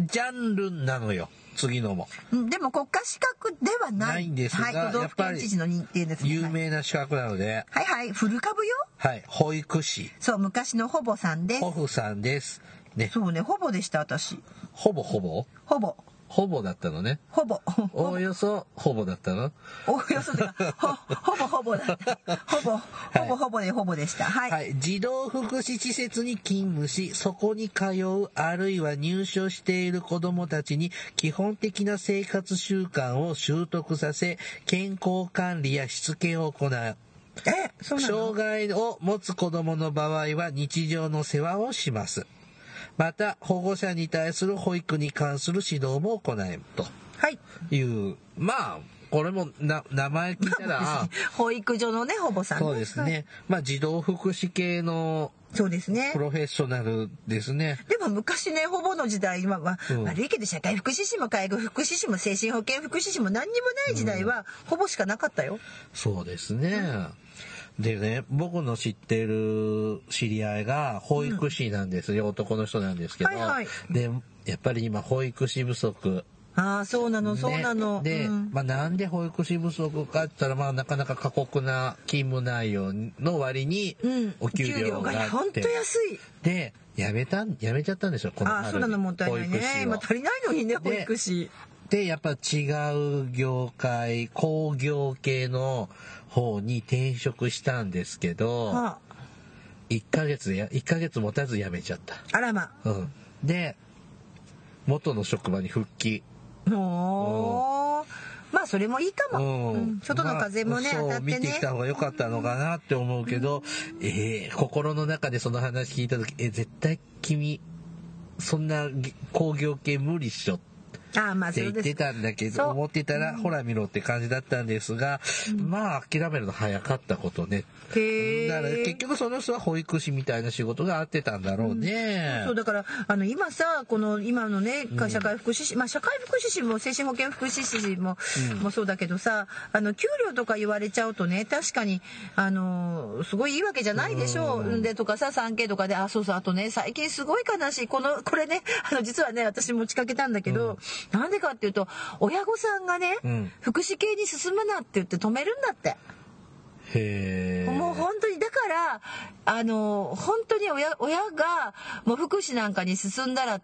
S1: ジャンルなのよ次のも
S2: うんでも国家資格ではない
S1: ないんですが
S2: はい、都道府
S1: やっぱ
S2: 県
S1: り
S2: 知事の認定ですね
S1: 有名な資格なので、
S2: はいはい古株よ
S1: はい、保育士
S2: そう昔のほぼさんです
S1: 保父さんですね
S2: そうねほぼでした私
S1: ほぼほぼ
S2: ほぼ
S1: ほぼだったのね
S2: ほぼほ
S1: お
S2: ぼ
S1: およそほぼだったの
S2: おおよそでほほぼほぼだったほぼほぼほぼでほぼでしたはい、
S1: はい、児童福祉施設に勤務しそこに通うあるいは入所している子どもたちに基本的な生活習慣を習得させ健康管理やしつけを行う
S2: えそうな
S1: 障
S2: の
S1: 害を持つ子どもの場合は日常の世話をしますまた保護者に対する保育に関する指導も行える
S2: はい
S1: というまあこれもな名前聞いた
S2: [laughs]
S1: らあ
S2: 保育所のねほぼさん
S1: そうですねまあ児童福祉系の
S2: そうですね
S1: プロフェッショナルですね。
S2: でも昔ねほぼの時代今は、
S1: うん
S2: 悪いけど社会福祉士も介護福祉士も精神保健福祉士も何にもない時代は、ほぼしかなかったよ
S1: そうですね。でね、僕の知ってる知り合いが保育士なんですよ、男の人なんですけど。
S2: はいはい
S1: で、やっぱり今保育士不足。
S2: ああそうなのそうなの、
S1: で、
S2: うん
S1: まあ、なんで保育士不足かって言ったら、まあ、なかなか過酷な勤務内容の割に
S2: うん、
S1: お給料があって、
S2: 本当安い
S1: で辞めたん辞めちゃったんでしょこの
S2: あ
S1: 春
S2: あそうなのもったいない
S1: 保育
S2: ね
S1: 士を
S2: 今足りないのにね保育士
S1: でやっぱ違う業界工業系の方に転職したんですけど
S2: あ
S1: 1ヶ月で1ヶ月持たず辞めちゃった
S2: あらま
S1: うん、で元の職場に復帰、
S2: おーまあそれもいいか
S1: う
S2: も、
S1: ん
S2: うん外の風もね、
S1: まあ
S2: 当たっ
S1: そう見
S2: て
S1: て
S2: ね
S1: きた方が良かったのかなって思うけど、えー心の中でその話聞いた時え絶対君そんなぎ工業系無理っしょっ
S2: ああまあ
S1: て
S2: そ
S1: 言
S2: う
S1: っ
S2: で
S1: て
S2: す
S1: たんだけ
S2: そう
S1: ど思ってたら、ほら見ろって感じだったんですが、まあ諦めるの早かったことね
S2: へえ
S1: だから結局その人は保育士みたいな仕事が合ってたんだろうね、
S2: そうだからあの今さこの今のねか社会福祉士、まあ、社会福祉士も精神保健福祉士も,、もそうだけどさあの給料とか言われちゃうとね確かにあのすごいいいわけじゃないでしょう、でとかさ 3K とかであそうそうあとね最近すごい悲しいこのこれね [laughs] あの実はね私持ちかけたんだけど、なんでかっていうと親御さんがね、
S1: うん
S2: 福祉系に進むなって言って止めるんだって。
S1: へえ
S2: もう本当にだからあの本当に親親がもう福祉なんかに進んだら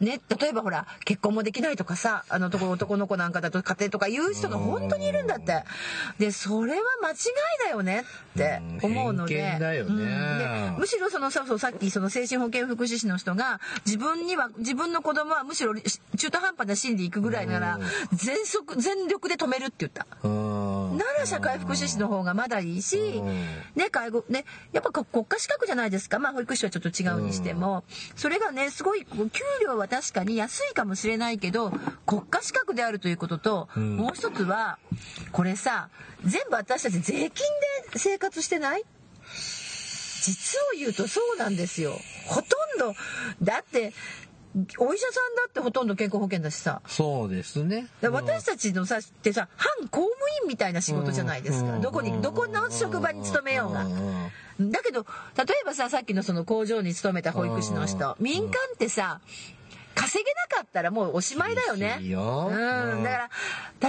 S2: ね例えばほら結婚もできないとかさあの男男の子なんかだと家庭とかいう人が本当にいるんだってでそれは間違いだよねって思うので
S1: うん偏見だよね
S2: でむしろそのそうそうさっきその精神保健福祉士の人が自分には自分の子供はむしろ中途半端な心理いくぐらいなら全速全力で止めるって言った。
S1: うん
S2: なら社会福祉士の方がまだいいし、
S1: うん
S2: ね、介護、ね、やっぱ国家資格じゃないですか。まあ、保育士はちょっと違うにしても、それがね、すごい、こう給料は確かに安いかもしれないけど、国家資格であるということと、
S1: ん
S2: もう一つは、これさ、全部私たち税金で生活してない実を言うとそうなんですよ。ほとんど、だって、お医者さんだってほとんど健康保険だしさ。
S1: そうですね
S2: だから私たちのさってさ反公務員みたいな仕事じゃないですか、
S1: うん
S2: どこにどこの職場に勤めようが、
S1: んん
S2: だけど例えばささっきのその工場に勤めた保育士の人、
S1: うん
S2: 民間ってさ稼げなかったらもうおしまいだよね。
S1: いいよ
S2: うん、だから例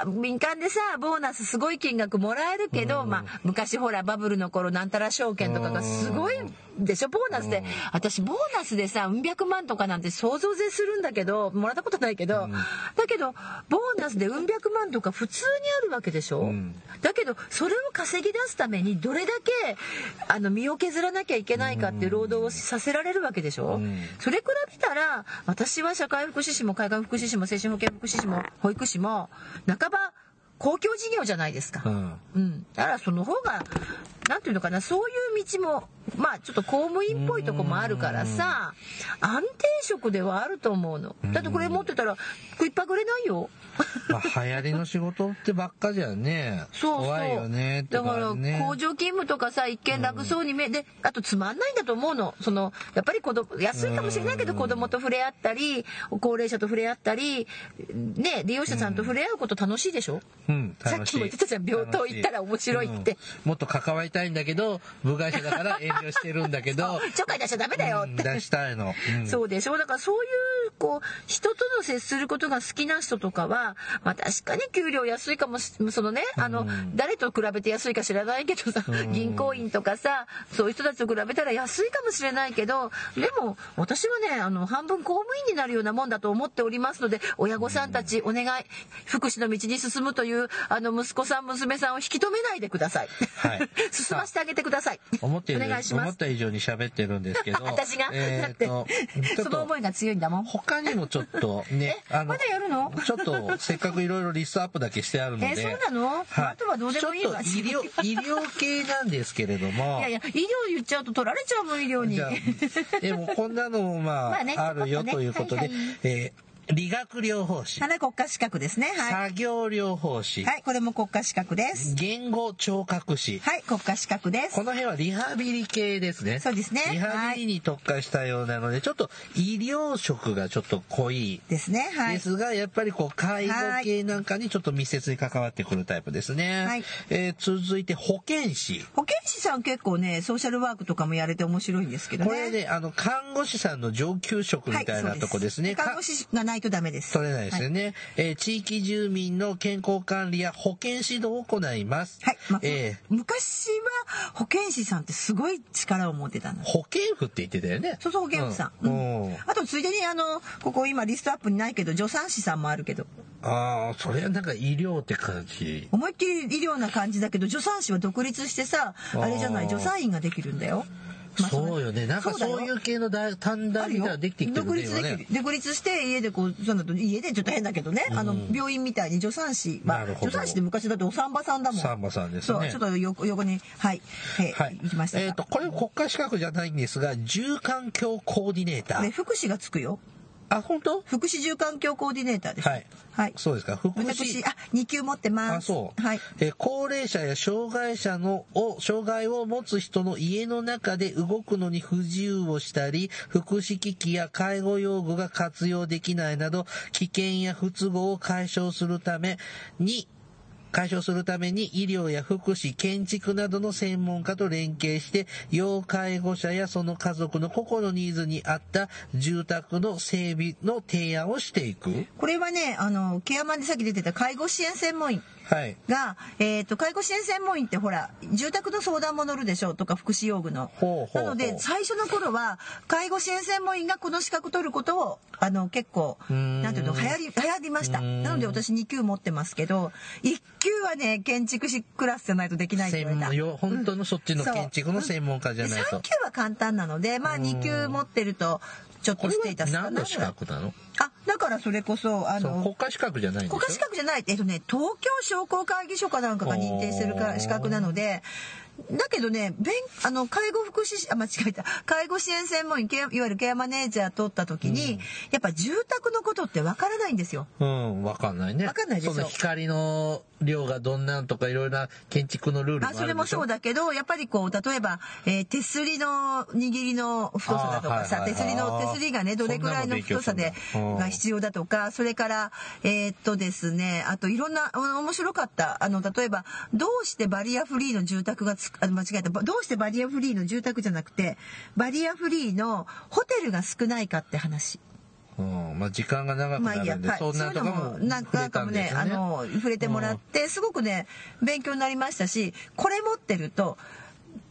S2: えば民間でさボーナスすごい金額もらえるけど、まあ、昔ほらバブルの頃なんたら証券とかがすごいでしょボーナスで、私ボーナスでさうん百万とかなんて想像税するんだけどもらったことないけど、だけどボーナスでうん百万とか普通にあるわけでしょ、
S1: ん
S2: だけどそれを稼ぎ出すためにどれだけあの身を削らなきゃいけないかっていう労働をさせられるわけでしょ、
S1: ん
S2: それ比べたら私は社会福祉士も介護福祉士も精神保健福祉士も保育士も半ば公共事業じゃないですか、
S1: うん
S2: うん、だからその方が何ていうのかなそういう道もまあちょっと公務員っぽいとこもあるからさ安定職ではあると思うのだってこれ持ってたら食いっぱぐれな
S1: [laughs]
S2: いよ
S1: まあ、流行りの仕事ってばっかじゃね
S2: そうそう
S1: 怖いよねって
S2: だから
S1: 感じね
S2: 工場勤務とかさ一見楽そうに見えであとつまんないんだと思うのそのやっぱり子供安いかもしれないけど子供と触れ合ったり高齢者と触れ合ったりね利用者さんと触れ合うこと楽しいでしょ
S1: うん楽しい
S2: さっきも言ってたじゃん病棟行ったら面白いって
S1: 楽しいうんもっと関わりたいんだけど部外者だから遠慮してるんだけど
S2: ちょっかい出しちゃダメだよ
S1: う
S2: っ
S1: ん
S2: て
S1: 出したいの、うん
S2: そうでしょだからそういうこう人との接することが好きな人とかは、まあ、確かに給料安いかもしそのねあの、誰と比べて安いか知らないけどさ、銀行員とかさそういう人たちと比べたら安いかもしれないけどでも私はねあの半分公務員になるようなもんだと思っておりますので親御さんたちお願い福祉の道に進むというあの息子さん娘さんを引き止めないでください、
S1: はい
S2: [laughs] 進ませてあげてください
S1: 思ってい
S2: お
S1: る
S2: 願いしま
S1: 思
S2: す
S1: った以上に喋ってるんですけど
S2: 私が、
S1: えーと
S2: だって
S1: ちょ
S2: そ
S1: っ
S2: の
S1: と
S2: 思いが強いんだもん
S1: 他にもちょっとね
S2: えまだやるの
S1: ちょっとせっかくいろいろリストアップだけしてあるので
S2: えそうなのあとはどうでもいいわ
S1: ちょっと
S2: [laughs]
S1: 医療医療系なんですけれども
S2: いやいや、医療言っちゃうと取られちゃうもん、医療に。
S1: じゃあでもこんなのもまあ
S2: [laughs] まあね
S1: あるよということ
S2: は
S1: で
S2: いはい、
S1: えー理学療法士、
S2: 花国家資格ですね。はい。
S1: 作業療法士、
S2: はい、これも国家資格です。
S1: 言語聴覚士、
S2: はい、国家資格です
S1: こ。の辺はリハビリ系ですね。
S2: そうですね
S1: リハビリに特化したようなので、ちょっと医療職がちょっと濃い
S2: ですね。はい
S1: で。すが、やっぱりこう介護系なんかにちょっと密接に関わってくるタイプですね。
S2: はい
S1: えー続いて保健師。
S2: 保健師さん結構ね、ソーシャルワークとかもやれて面白いんですけどね。
S1: これね、あの、看護師さんの上級職みたいなとこですね。
S2: はいそうです看護師がなないとダメです。
S1: 取れないですよね、えー地域住民の健康管理や保健指導を行います。
S2: はい。まあ
S1: え
S2: 昔は保健師さんってすごい力を持ってたの
S1: ー。保健婦って言ってたよね。
S2: そうそう保健婦さん。
S1: う
S2: うん
S1: ん。うん
S2: あとついでにあのここ今リストアップにないけど助産師さんもあるけど
S1: ああ、それはなんか医療って感じ。
S2: 思いっきり医療な感じだけど助産師は独立してさ
S1: あー
S2: あれじゃない助産院ができるんだよ。まあ
S1: そうよね。なんか
S2: だよ
S1: そういう系の大短
S2: あ
S1: 大
S2: る
S1: みたいな
S2: よ
S1: のできてきてる
S2: 独
S1: ね、
S2: 立
S1: 今
S2: でき
S1: ね
S2: る。独立して家でこうそうなると家でちょっと変だけどね、あの病院みたいに助産師は
S1: なるほど
S2: 助産師って昔だってお産婆さんだもん
S1: サンバさんです
S2: そう
S1: ね。
S2: ちょっと横横にはい、え
S1: はい。
S2: 行きましたが
S1: えっ、と、これ国家資格じゃないんですが、住環境コーディネータ
S2: これ
S1: ー。
S2: 福祉がつくよ
S1: あ、本当
S2: 福祉住環境コーディネーターです
S1: はい
S2: はい
S1: そうですか。福
S2: 私
S1: 祉。
S2: あ二級持ってます
S1: あ、そう。
S2: はい
S1: えー高齢者や障害者のを、障害を持つ人の家の中で動くのに不自由をしたり、福祉機器や介護用具が活用できないなど、危険や不都合を解消するために、解消するために医療や福祉、建築などの専門家と連携して、要介護者やその家族の個々のニーズに合った住宅の整備の提案をしていく。
S2: これはねあのケアマンでさっき出てた介護支援専門員
S1: はい。
S2: が、えー、と介護支援専門員ってほら住宅の相談も乗るでしょとか福祉用具の。
S1: ほうほうほう
S2: なので最初の頃は介護支援専門員がこの資格取ることをあの結構
S1: うーん
S2: なんていうの流行り流行りました
S1: うーん
S2: なので私2級持ってますけど1級はね建築士クラスじゃないとできないって言われた
S1: 専門よ本当のそっちの
S2: そう
S1: 建築の専門家じゃないと
S2: 3級は簡単なのでまあ2級持ってるとちょっ
S1: ことれ
S2: ステータ
S1: は
S2: スかな
S1: 何の資格なの
S2: あだからそれこそあ
S1: そ
S2: の
S1: う国家資格じゃないんでしょ
S2: 国家資格じゃないえっとね東京商工会議所かなんかが認定するか
S1: おー
S2: 資格なのでだけどね勉あの介護福祉士あ間違えた介護支援専門員ケアいわゆるケアマネージャー取った時に、やっぱ住宅のことってわからないんですよ。
S1: うん分かんないね
S2: わかんないでしょ
S1: その光の量がどんなんとかいろいろな建築のルールもあ
S2: あ
S1: るでしょ
S2: それもそうだけどやっぱりこう例えば、えー手すりの握りの太さだとかさ、
S1: あーはいはい
S2: 手すりの手すりがねどれくらいの太さで
S1: そんなの勉強するんだうん
S2: が必要だとかそれからえーっとですねあといろんなあの面白かったあの例えばどうしてバリアフリーの住宅がつくあ間違えたばどうしてバリアフリーの住宅じゃなくてバリアフリーのホテルが少ないかって話。
S1: うんまあ時間が長く
S2: まあ
S1: ない
S2: い
S1: る
S2: や、
S1: んで、
S2: はい、
S1: そんなとか
S2: そういうの
S1: も
S2: なん
S1: 触れ
S2: か
S1: た
S2: も
S1: んで
S2: ね
S1: すよ
S2: あ
S1: ね
S2: の触れてもらってすごくね勉強になりましたしこれ持ってると。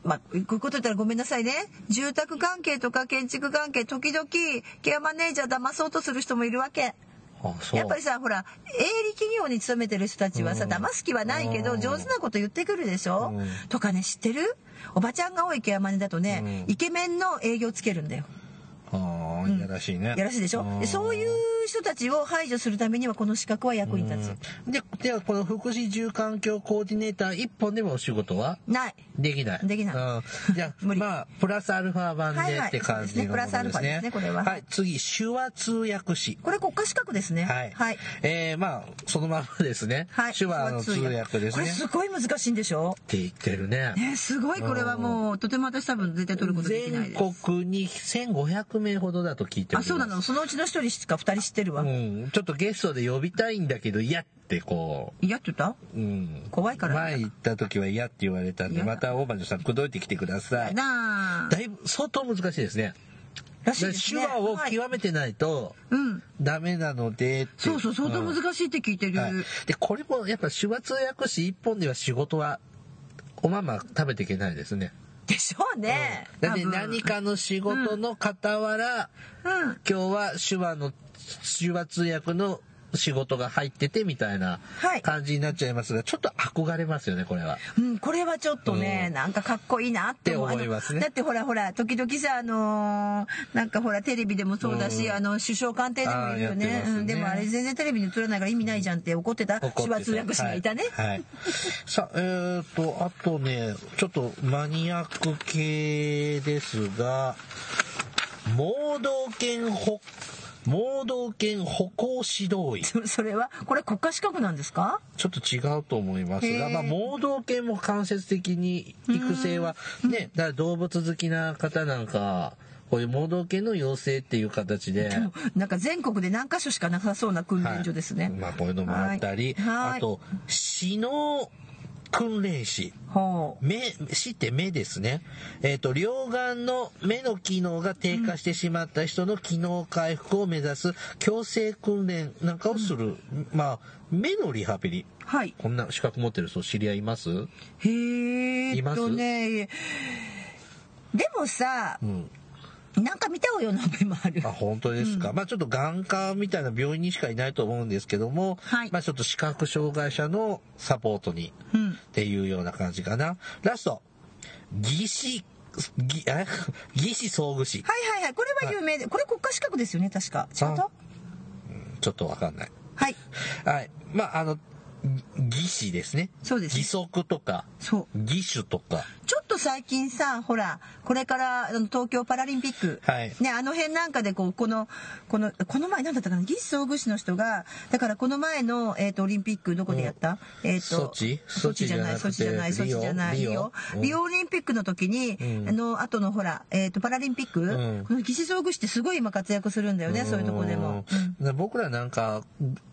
S2: まあ、こういうこと言ったらごめんなさいね住宅関係とか建築関係時々ケアマネージャー騙そうとする人もいるわけ
S1: あそう
S2: やっぱりさほら営利企業に勤めてる人たちはさ
S1: うん
S2: 騙す気はないけ
S1: う
S2: ど
S1: ん
S2: 上手なこと言ってくるでしょ
S1: うん
S2: とかね知ってるおばちゃんが多いケアマネだとね
S1: うん
S2: イケメンの営業つけるんだよ。
S1: ああいやらしいね、
S2: やらしいでしょ
S1: うん
S2: でそういう人たちを排除するためにはこの資格は役に立つ、
S1: でではこの福祉住環境コーディネーター一本でもお仕事は
S2: ない
S1: できない。
S2: できない
S1: うん、じゃ
S2: [laughs] 無
S1: あ、
S2: 理
S1: まあ、プラスアルファ版で
S2: はいはい
S1: って感じのものですね。
S2: そうですねプラスアルファですねこれは
S1: はい、次、手話通訳士。
S2: これ国家資格ですね
S1: はい。えー、まあ、そのままですね。
S2: はい
S1: 手話の通訳です
S2: これ
S1: ね。
S2: す
S1: っ
S2: ごい難しいんでしょ
S1: て言ってるね。
S2: ねすごいこれはもうとても私多分絶対取ることできない
S1: 全
S2: です
S1: 国に1500名ほどだと聞いておりま
S2: あ
S1: す。
S2: そうなのそのうちの一人しか二人知ってるわ、
S1: うん、ちょっとゲストで呼びたいんだけど、嫌ってこ
S2: いやって言った
S1: う、うん。
S2: 怖いから
S1: 前行った時は嫌って言われたんで、
S2: 嫌だ
S1: また大場女さん、口説いてきてください。
S2: なあ
S1: だいぶ、相当難しいですね。
S2: らしいです
S1: 手
S2: ね
S1: 話を
S2: はい
S1: 極めてないと
S2: うん
S1: ダメなのでってい
S2: そうそう相当
S1: ん
S2: 難しいって聞いてる、
S1: はいでこれもやっぱ手話通訳士一本では仕事はおまま食べていけないですね。
S2: でしょうね、
S1: だって
S2: 多分
S1: 何かの仕事の傍ら、
S2: う
S1: 今
S2: ん
S1: 日は手話の手話通訳の仕事が入っててみたいな
S2: はい
S1: 感じになっちゃいますが、ちょっと憧れますよねこれは。
S2: うん、これはちょっとね、
S1: うん
S2: なんかかっこいいなって思う
S1: って思いますね
S2: あのだってほらほら時々さあのーなんかほらテレビでもそうだし、
S1: うん
S2: あの首相官邸でもいるよ
S1: あーや
S2: ね
S1: ってますね
S2: うん、でもあれ全然テレビに映らないから意味ないじゃんって怒ってた
S1: 怒って
S2: 手
S1: た
S2: 話通訳師がいたね、
S1: はい。はいさあ、えっ、と、あとね、ちょっとマニアック系ですが、盲導犬歩、盲導犬歩行指導員。
S2: そそれはこれ国家資格なんですか
S1: ちょっと違うと思います
S2: へ
S1: が、
S2: ー
S1: まあ、盲導犬も間接的に育成は、ね、だから動物好きな方なんか、こういう盲導犬の養成っていう形で、
S2: でもなんか全国で何箇所しかなさそうな訓練所ですね、
S1: はいまあ、こういうのもあったり、
S2: はいはい
S1: あと、死の訓練士。
S2: ほう。
S1: 目、死って目ですね。えっ、と、両眼の目の機能が低下してしまった人の機能回復を目指す強制訓練なんかをする、まあ、目のリハビリ。
S2: はい。
S1: こんな資格持ってる人知り合います
S2: へー
S1: い
S2: え
S1: ま
S2: っ
S1: す
S2: とね。でもさ
S1: う、ん。
S2: なんか見たような目もある
S1: あ、。本当ですか。まあちょっと眼科みたいな病院にしかいないと思うんですけども、
S2: はい
S1: まあちょっと視覚障害者のサポートに
S2: うん。
S1: っていうような感じかな。ラスト、技師、ぎえ技師装具士。
S2: はいはいはい。これは有名で、これ国家資格ですよね、確か。違った
S1: あちょっとわかんない。
S2: はい。
S1: はい。まあ、あの、ぎ技師ですね。
S2: そうです
S1: 義足とか、
S2: そう。
S1: 義手とか。
S2: ちょっと最近さほらこれからあの東京パラリンピック、
S1: はい
S2: ね、あの辺なんかでこうこのこのこの前なんだったかな技師総具士の人がだからこの前の、えー、とオリンピックどこでやった、えー、と
S1: ソチ
S2: ソチじゃないソ
S1: ソ
S2: チ
S1: チ
S2: じ
S1: じゃ
S2: ゃな
S1: ないくて
S2: ソチじゃない
S1: リオ
S2: リ
S1: リ
S2: オ
S1: オうん
S2: リオオリンピックの時に、
S1: うん
S2: あの後のほら、えー、とパラリンピック、
S1: うん
S2: この技師総具士ってすごい今活躍するんだよねそういうとこでも。
S1: うんだから僕らなんか、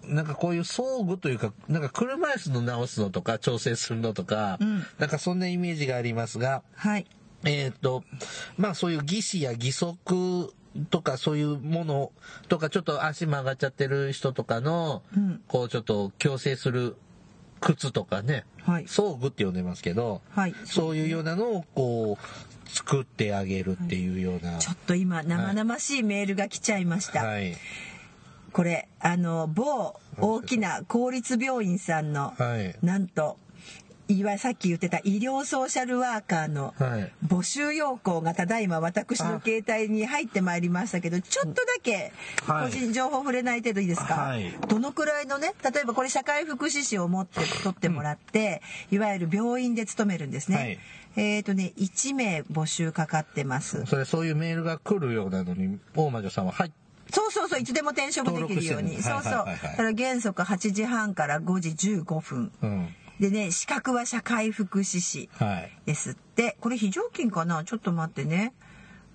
S1: なんかこういう装具というか、なんか車椅子の直すのとか、調整するのとか、
S2: うん
S1: なんかそんなイメージがありますが、
S2: はい
S1: えっ、と、まあそういう義肢や義足とかそういうものとか、ちょっと足曲がっちゃってる人とかの、
S2: うん
S1: こうちょっと矯正する靴とかね、
S2: はい
S1: 装具って呼んでますけど、
S2: はい
S1: そういうようなのをこう、作ってあげるっていうような。
S2: ちょっと今生々しいメールが来ちゃいました。
S1: はい。
S2: これあの某大きな公立病院さんの、
S1: はい。
S2: なんといわさっき言ってた医療ソーシャルワーカーの
S1: はい。
S2: 募集要項がただいま私の携帯に入ってまいりましたけどちょっとだけ
S1: は
S2: 個
S1: い
S2: 人情報触れない程度いいですか、
S1: はい
S2: どのくらいのね例えばこれ社会福祉士を持って取ってもらって、いわゆる病院で勤めるんですね、
S1: はい
S2: えっ、とね1名募集かかってます
S1: それそういうメールが来るようなのに、大魔女さんは、はい。
S2: そうそうそういつでも転職できるよう
S1: 登録
S2: に、
S1: して
S2: そ
S1: る
S2: う
S1: の
S2: そう、
S1: はいはいはいはい
S2: だから原則8時半から5時15分
S1: うん。
S2: でね資格は社会福祉士
S1: はい。
S2: ですってこれ非常勤かなちょっと待ってね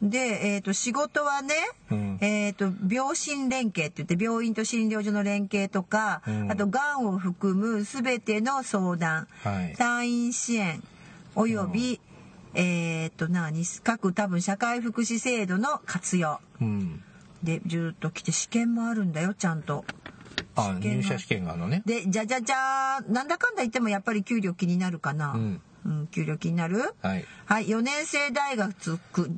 S2: で、えー、と仕事はね、
S1: うん
S2: えー、と病診連携って言って病院と診療所の連携とか、
S1: うん
S2: あとがんを含む全ての相談、
S1: はい
S2: 退院支援および、えっ、と何各多分社会福祉制度の活用
S1: うん。
S2: でずっと来て試験もあるんだよちゃんと。
S1: あ、
S2: 験
S1: 入
S2: は
S1: 社試験があるのね。
S2: でじゃじゃじゃーんなんだかんだ言ってもやっぱり給料気になるかな、う
S1: うんん
S2: 給料気になる
S1: はい。
S2: はい、4年生大学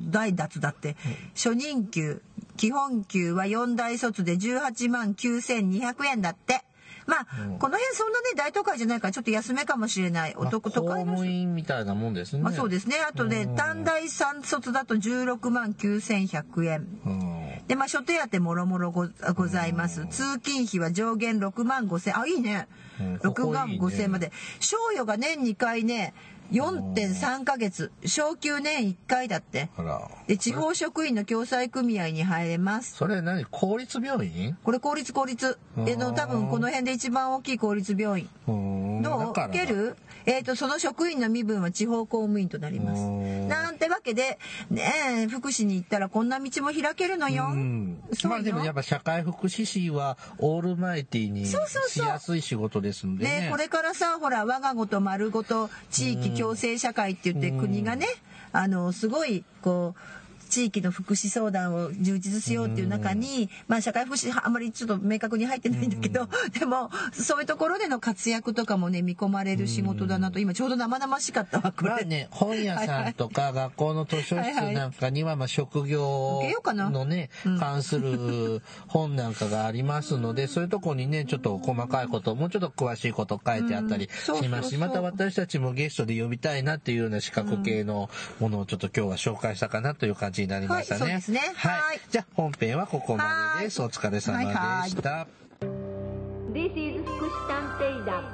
S2: 大脱だって、初任給基本給は4大卒で18万9200円だってまあ、
S1: うん
S2: この辺そんなね大都会じゃないからちょっと安めかもしれない
S1: まあ
S2: 男と
S1: 公
S2: かの人
S1: 務員みたいなもんですね。。
S2: まあそうですすねあとね
S1: うん
S2: 短大三卒だと16万9100円
S1: うん。
S2: で、まあ、所定当てもろもろごございます。通勤費は上限6万5千、あ、いいね
S1: うん。ここ
S2: 6万
S1: いいね
S2: 5千まで。賞与が年2回ね、4.3ヶ月。昇給年1回だって。
S1: あら。
S2: で、地方職員の共済組合に入れます。
S1: それ何公立病院
S2: これ公立公立。で、の多分この辺で一番大きい公立病院。
S1: うーん
S2: どう
S1: だから
S2: 受けるえっ、と、その職員の身分は地方公務員となります。
S1: うーん
S2: なんてわけで、ねえ、福祉に行ったらこんな道も開けるのよ。
S1: うん
S2: そう
S1: ま
S2: よ
S1: あでもやっぱ社会福祉士はオールマイティにし
S2: そうそうそう
S1: やすい仕事ですんでね。
S2: ね、これからさほら我がごと丸ごと地域共生社会って言って国がねあのすごいこう地域の福祉相談を充実しようっていう中に、まあ、社会福祉あんまりちょっと明確に入ってないんだけど、 [laughs] でもそういうところでの活躍とかもね見込まれる仕事だなと今ちょうど生々しかったわこれ、
S1: まあね、本屋さんとか学校の図書室なんかには、まあ職業
S2: 受けようかな
S1: のね、関する本なんかがありますので、そういうとこにね、ちょっと細かいこと、もうちょっと詳しいこと書いてあったり
S2: うんそう
S1: します
S2: そうそう
S1: し、また私たちもゲストで呼びたいなっていうような資格系のものをちょっと今日は紹介したかなという感じになりましたね。
S2: はいそうですねは
S1: はいい。じゃあ本編はここまでです。
S2: は
S1: お疲れ様でした。
S3: This is 福祉探偵団。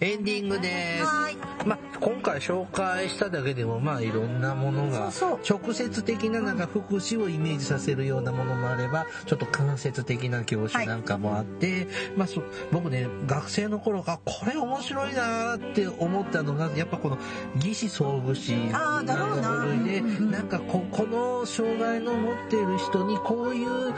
S1: エンディングです。
S2: はい
S1: まあ、今回紹介しただけでもまあいろんなものが
S2: そう
S1: 直接的ななんか福祉をイメージさせるようなものもあればちょっと間接的な教師なんかもあって、まあ、そう僕ね学生の頃がこれ面白いなーって思ったのがやっぱこの義肢装具士
S2: あーだろうな
S1: の部類で
S2: うんうんうん
S1: なんかここの障害の持っている人にこういう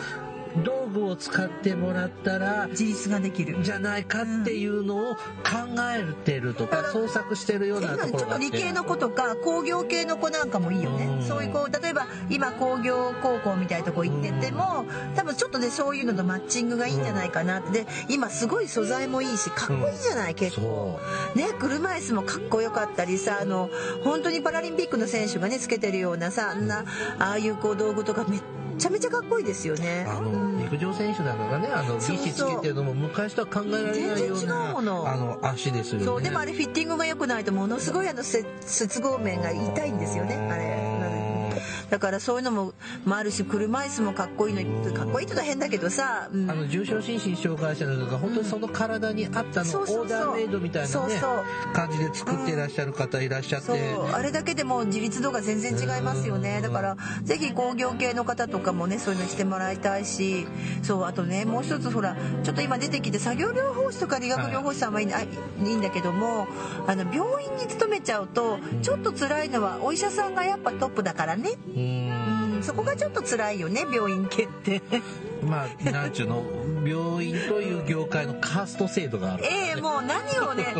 S1: 道具を使ってもらったら
S2: 自立ができる
S1: じゃないかっていうのを考えてるとか、
S2: うん
S1: 創作してるような
S2: 今
S1: と
S2: ね
S1: こ
S2: ち
S1: ろ
S2: ょっ
S1: があ
S2: と
S1: って
S2: 理系の子とか工業系の子なんかもいいよ
S1: うん
S2: ねそういう子例えば今工業高校みたいなとこ行ってても多分ちょっとねそういうのとマッチングがいいんじゃないかなってで今すごい素材もいいしかっこいいじゃない結構
S1: そ
S2: ね車椅子もかっこよかったりさあの本当にパラリンピックの選手がねつけてるようなさあんなああいうこう道具とかめっちゃめちゃかっこいいですよね。
S1: あ
S2: う
S1: の
S2: ん
S1: 陸上選手なんかがねあの
S2: そうそう
S1: 力つけてるのも昔とは考えられないよう
S2: 全然違う
S1: な
S2: もの
S1: あの足ですよね
S2: そうでもあれフィッティングが良くないとものすごいあの接接合面が痛いんですよねあれ。だからそういうのも、まあ、あるし車椅子もかっこいいのかっこいいとは変だけどさ、うん
S1: あの重症心身障害者の方が本当にその体に合ったの
S2: そ
S1: をオ
S2: うそうそう
S1: ーダーメイドみたい
S2: そ
S1: な
S2: う
S1: ね
S2: そう
S1: 感じで作っていらっしゃる方いらっしゃって
S2: そうあれだけでも自立度が全然違いますよ
S1: う
S2: ね
S1: ん
S2: だからぜひ工業系の方とかもねそういうのしてもらいたいしそうあとねもう一つほらちょっと今出てきて作業療法士とか理学療法士さんはいい,、あいいんだけどもあの病院に勤めちゃうとちょっと辛いのはお医者さんがやっぱトップだからね、
S1: うーん
S2: うん、そこがちょっと辛いよね病院系って。 [laughs]
S1: まあなんちゅうの病院という業界のカースト制度がある
S2: ええもう何
S1: [laughs]
S2: をね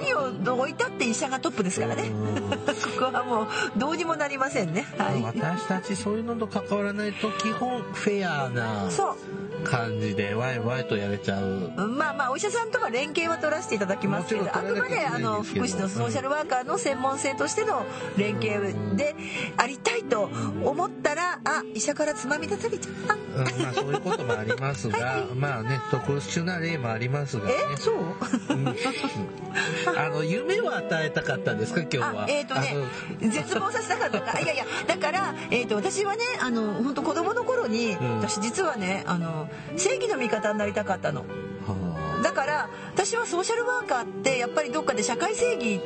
S2: 何をどこいたって医者がトップですからね [laughs] ここはもうどうにもなりませんねはい
S1: 私たちそういうのと関わらないと基本フェアな
S2: そ
S1: 感じでワイワイとやれちゃう
S2: うまあまあお医者さんとは連携は取らせていただきますけど
S1: もちろ
S2: あ
S1: ん取
S2: く
S1: らな
S2: ま
S1: きゃい
S2: で
S1: けな
S2: あ
S1: いん
S2: の
S1: ですけど
S2: 福祉とソーシャルワーカーの専門性としての連携でありたいと思ったらあ医者からつまみ出されちゃった
S1: うんまあそういうこともあります
S2: [laughs]
S1: が、まあね、特殊な例もありますがね。
S2: えそう
S1: うんあの、夢を与えたかったんですか、今日
S2: あ
S1: は。
S2: えっ、とね絶望させたかったかいやいやだから、えー、と私はねあの本当子供の頃に、
S1: ん
S2: 私実はねあの正義の味方になりたかったの。
S1: あのは
S2: だから私はソーシャルワーカーってやっぱりどっかで社会正義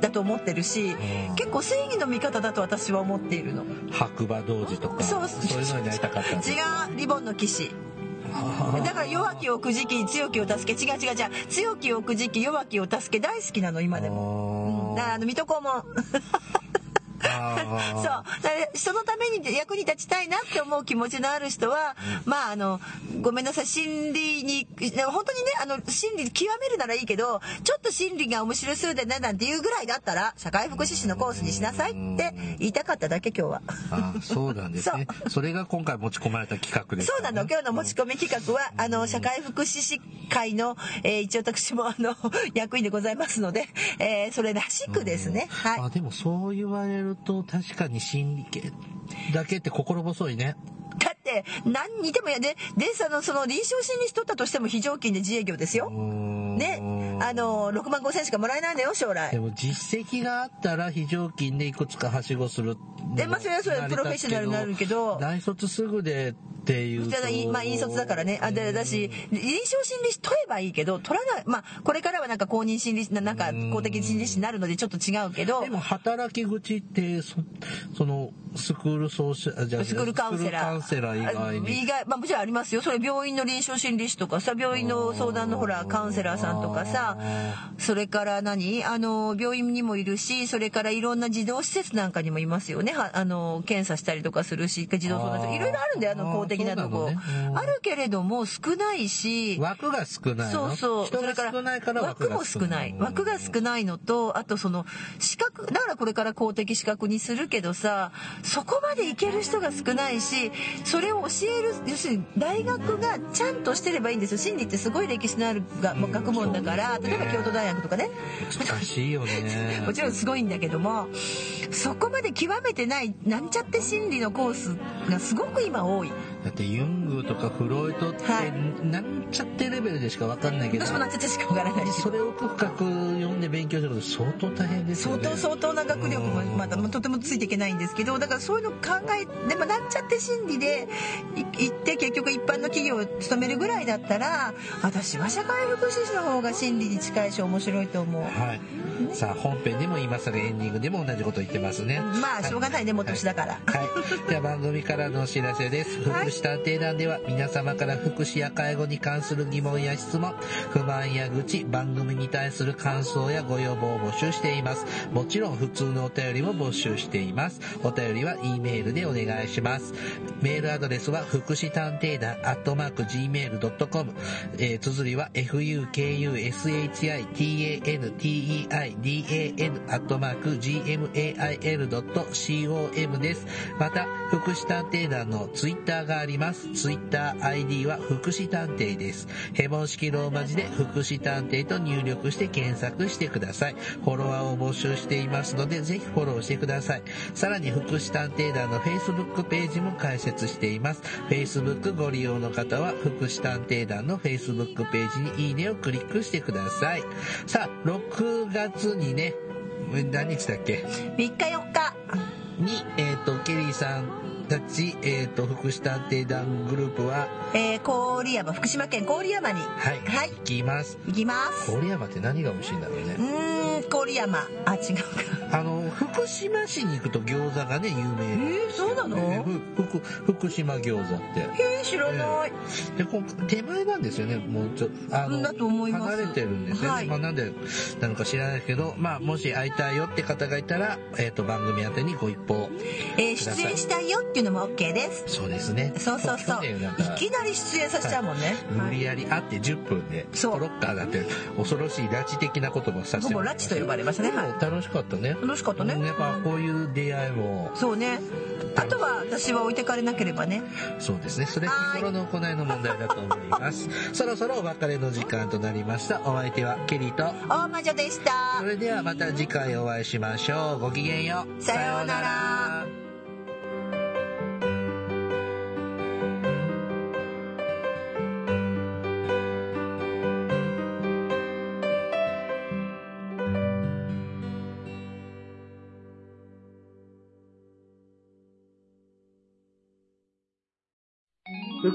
S2: だと思ってるし
S1: ん
S2: 結構正義の味方だと私は思っているの違
S1: あ白馬童子とか、
S2: そう
S1: そういうのになりたかったん
S2: [laughs]
S1: です
S2: うリボンの騎士だから弱きをくじき強きを助け違う違う違う強きをくじき弱きを助け大好きなの今でもうんだからあの水戸黄門 [laughs] そうだから人のために役に立ちたいなって思う気持ちのある人は、まああのごめんなさい心理に本当にねあの心理極めるならいいけどちょっと心理が面白そうだななんていうぐらいだったら社会福祉士のコースにしなさいって言いたかっただけ今日は。
S1: あーそうなんですね。それが今回持ち込まれた企画です、
S2: そうなの今日の持ち込み企画はあの社会福祉士会の、えー一応私もあの役員でございますので、えーそれらしくですね、はい
S1: あ、でもそう言われると確かに心理系だけって心細いね。
S2: だって何にでもやででそのその臨床心理士取ったとしても非常勤で自営業ですよ
S1: うー。ん
S2: ね、あの6万5千しかもらえないのよ
S1: で
S2: 将来。
S1: も実績があったら非常勤でいくつかはしごする
S2: でまあそれはそれはプロフェッショナルになるけど
S1: 大卒すぐでっていう
S2: ただいまあ引率だからねあだだし臨床心理士取ればいいけど取らないまあこれからはなんか公認心理士ななんか公的心理士になるのでちょっと違うけど
S1: でも働き口ってそそのスクールソーシャじゃあ
S2: スクールカウンセラー。
S1: スクールカウンセラー以外
S2: あ
S1: に
S2: 意外まあもちろんありますよ。それ病院の臨床心理士とかさ、病院の相談のほら、カウンセラーさんとかさ、それから何あの、病院にもいるし、それからいろんな児童施設なんかにもいますよね。はあの、検査したりとかするし、児童相談所。いろいろあるんだよ、あ
S1: あ
S2: の、
S1: ー
S2: 公的なとこ。
S1: そうなのね
S2: あるけれども、少ないし、
S1: 枠が少ない
S2: そ
S1: の
S2: うそう。
S1: 人
S2: それ
S1: が少ないから枠
S2: 枠
S1: が
S2: も
S1: 少
S2: 少
S1: な
S2: ないい。枠が少ないのと、あとその、資格、だからこれから公的資格にするけどさ、そこまでいける人が少ないし、それを教える、要するに大学がちゃんとしてればいいんですよ。心理ってすごい歴史のあるが学問だから、例えば京都大学とかね。
S1: 難しい
S2: [laughs]
S1: よね
S2: もちろんすごいんだけどもそこまで極めてないなんちゃって心理のコースがすごく今多い
S1: だってユングとかフロイトって、
S2: はい
S1: なんちゃってレベルでしかわかんないけど
S2: 私もなんてしかわからないし
S1: それを深く読んで勉強すると相当大変ですよ
S2: 相
S1: ね
S2: 当相当な学力もまだまあとてもついていけないんですけどだからそういうの考えでもなっちゃって心理でい行って結局一般の企業を勤めるぐらいだったら私は社会福祉士の方が心理に近いし面白いと思う。
S1: はい、さあ本編でも今更エンディングでも同じこと言ってますね
S2: まあしょうがないねもう年だから。
S1: はい。では番組からのお知らせです。福
S2: はい
S1: 祉探偵団では皆様から福祉や介護に関する疑問や質問、不満や愚痴、番組に対する感想やご要望を募集しています。もちろん普通のお便りも募集しています。お便りは E メールでお願いします。メールアドレスは福祉探偵団アットマーク Gmail.com。えー、綴りは fukushitanteidan アットマーク gmail.com です。また、福祉探偵団のツイッターがあります。ツイッター ID は福祉探偵です。ヘボン式ローマ字で福祉探偵と入力して検索してください。フォロワーを募集していますので、ぜひフォローしてください。さらに、福祉探偵団の Facebook ページも開設しています。Facebook ご利用の方は、福祉探偵団の Facebook ページにいいねをクリックしてください。さあ、6月にね、何日だっけ
S2: 3日4日
S1: に、えっ、と、ケリーさんたち、えっ、と、福祉探偵団グループは、
S2: えー、郡山福島県郡山に
S1: はい、
S2: はい
S1: 行きます。
S2: 行きます。
S1: 郡山って何が美味しいんだろうね
S2: う。ーん郡山あ違うか。
S1: あの、福島市に行くと餃子がね、有
S2: え
S1: 名
S2: ー、そうなの？
S1: ねふ福福島餃子って
S2: えー、知らない。
S1: でこう手前なんですよねもうちょあの
S2: だと思います
S1: 離れてるんですね、
S2: はい
S1: まあ、なんでなのか知らないけど、まあ、もし会いたいよって方がいたら、えっと番組宛てにご一報
S2: えー、出演したいよっていうのも OK です。
S1: そうですね
S2: そうそうそ
S1: 去
S2: う。い
S1: 年なんか
S2: きなり出演させちゃうもんね。
S1: 無理やり会って10分で
S2: そう
S1: コロッカーだって恐ろしい拉致的なこともさせ
S2: ほ
S1: て
S2: ぼ
S1: もら
S2: 拉
S1: いまし
S2: 致
S1: た
S2: と呼ばれますね。はい。
S1: 楽しかったね
S2: 楽しかったね
S1: うんやっぱこういう出会いも
S2: そうね。あとは私は置いてかれなければね。
S1: そうですねそれ日頃の行いの問題だと思いますそろそろお別れの時間となりましたお相手はケリーと
S2: 大魔女でした
S1: そ。れではまた次回お会いしましょうごきげんよう
S2: さようなら
S3: 福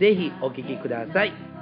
S1: ぜひお聞きください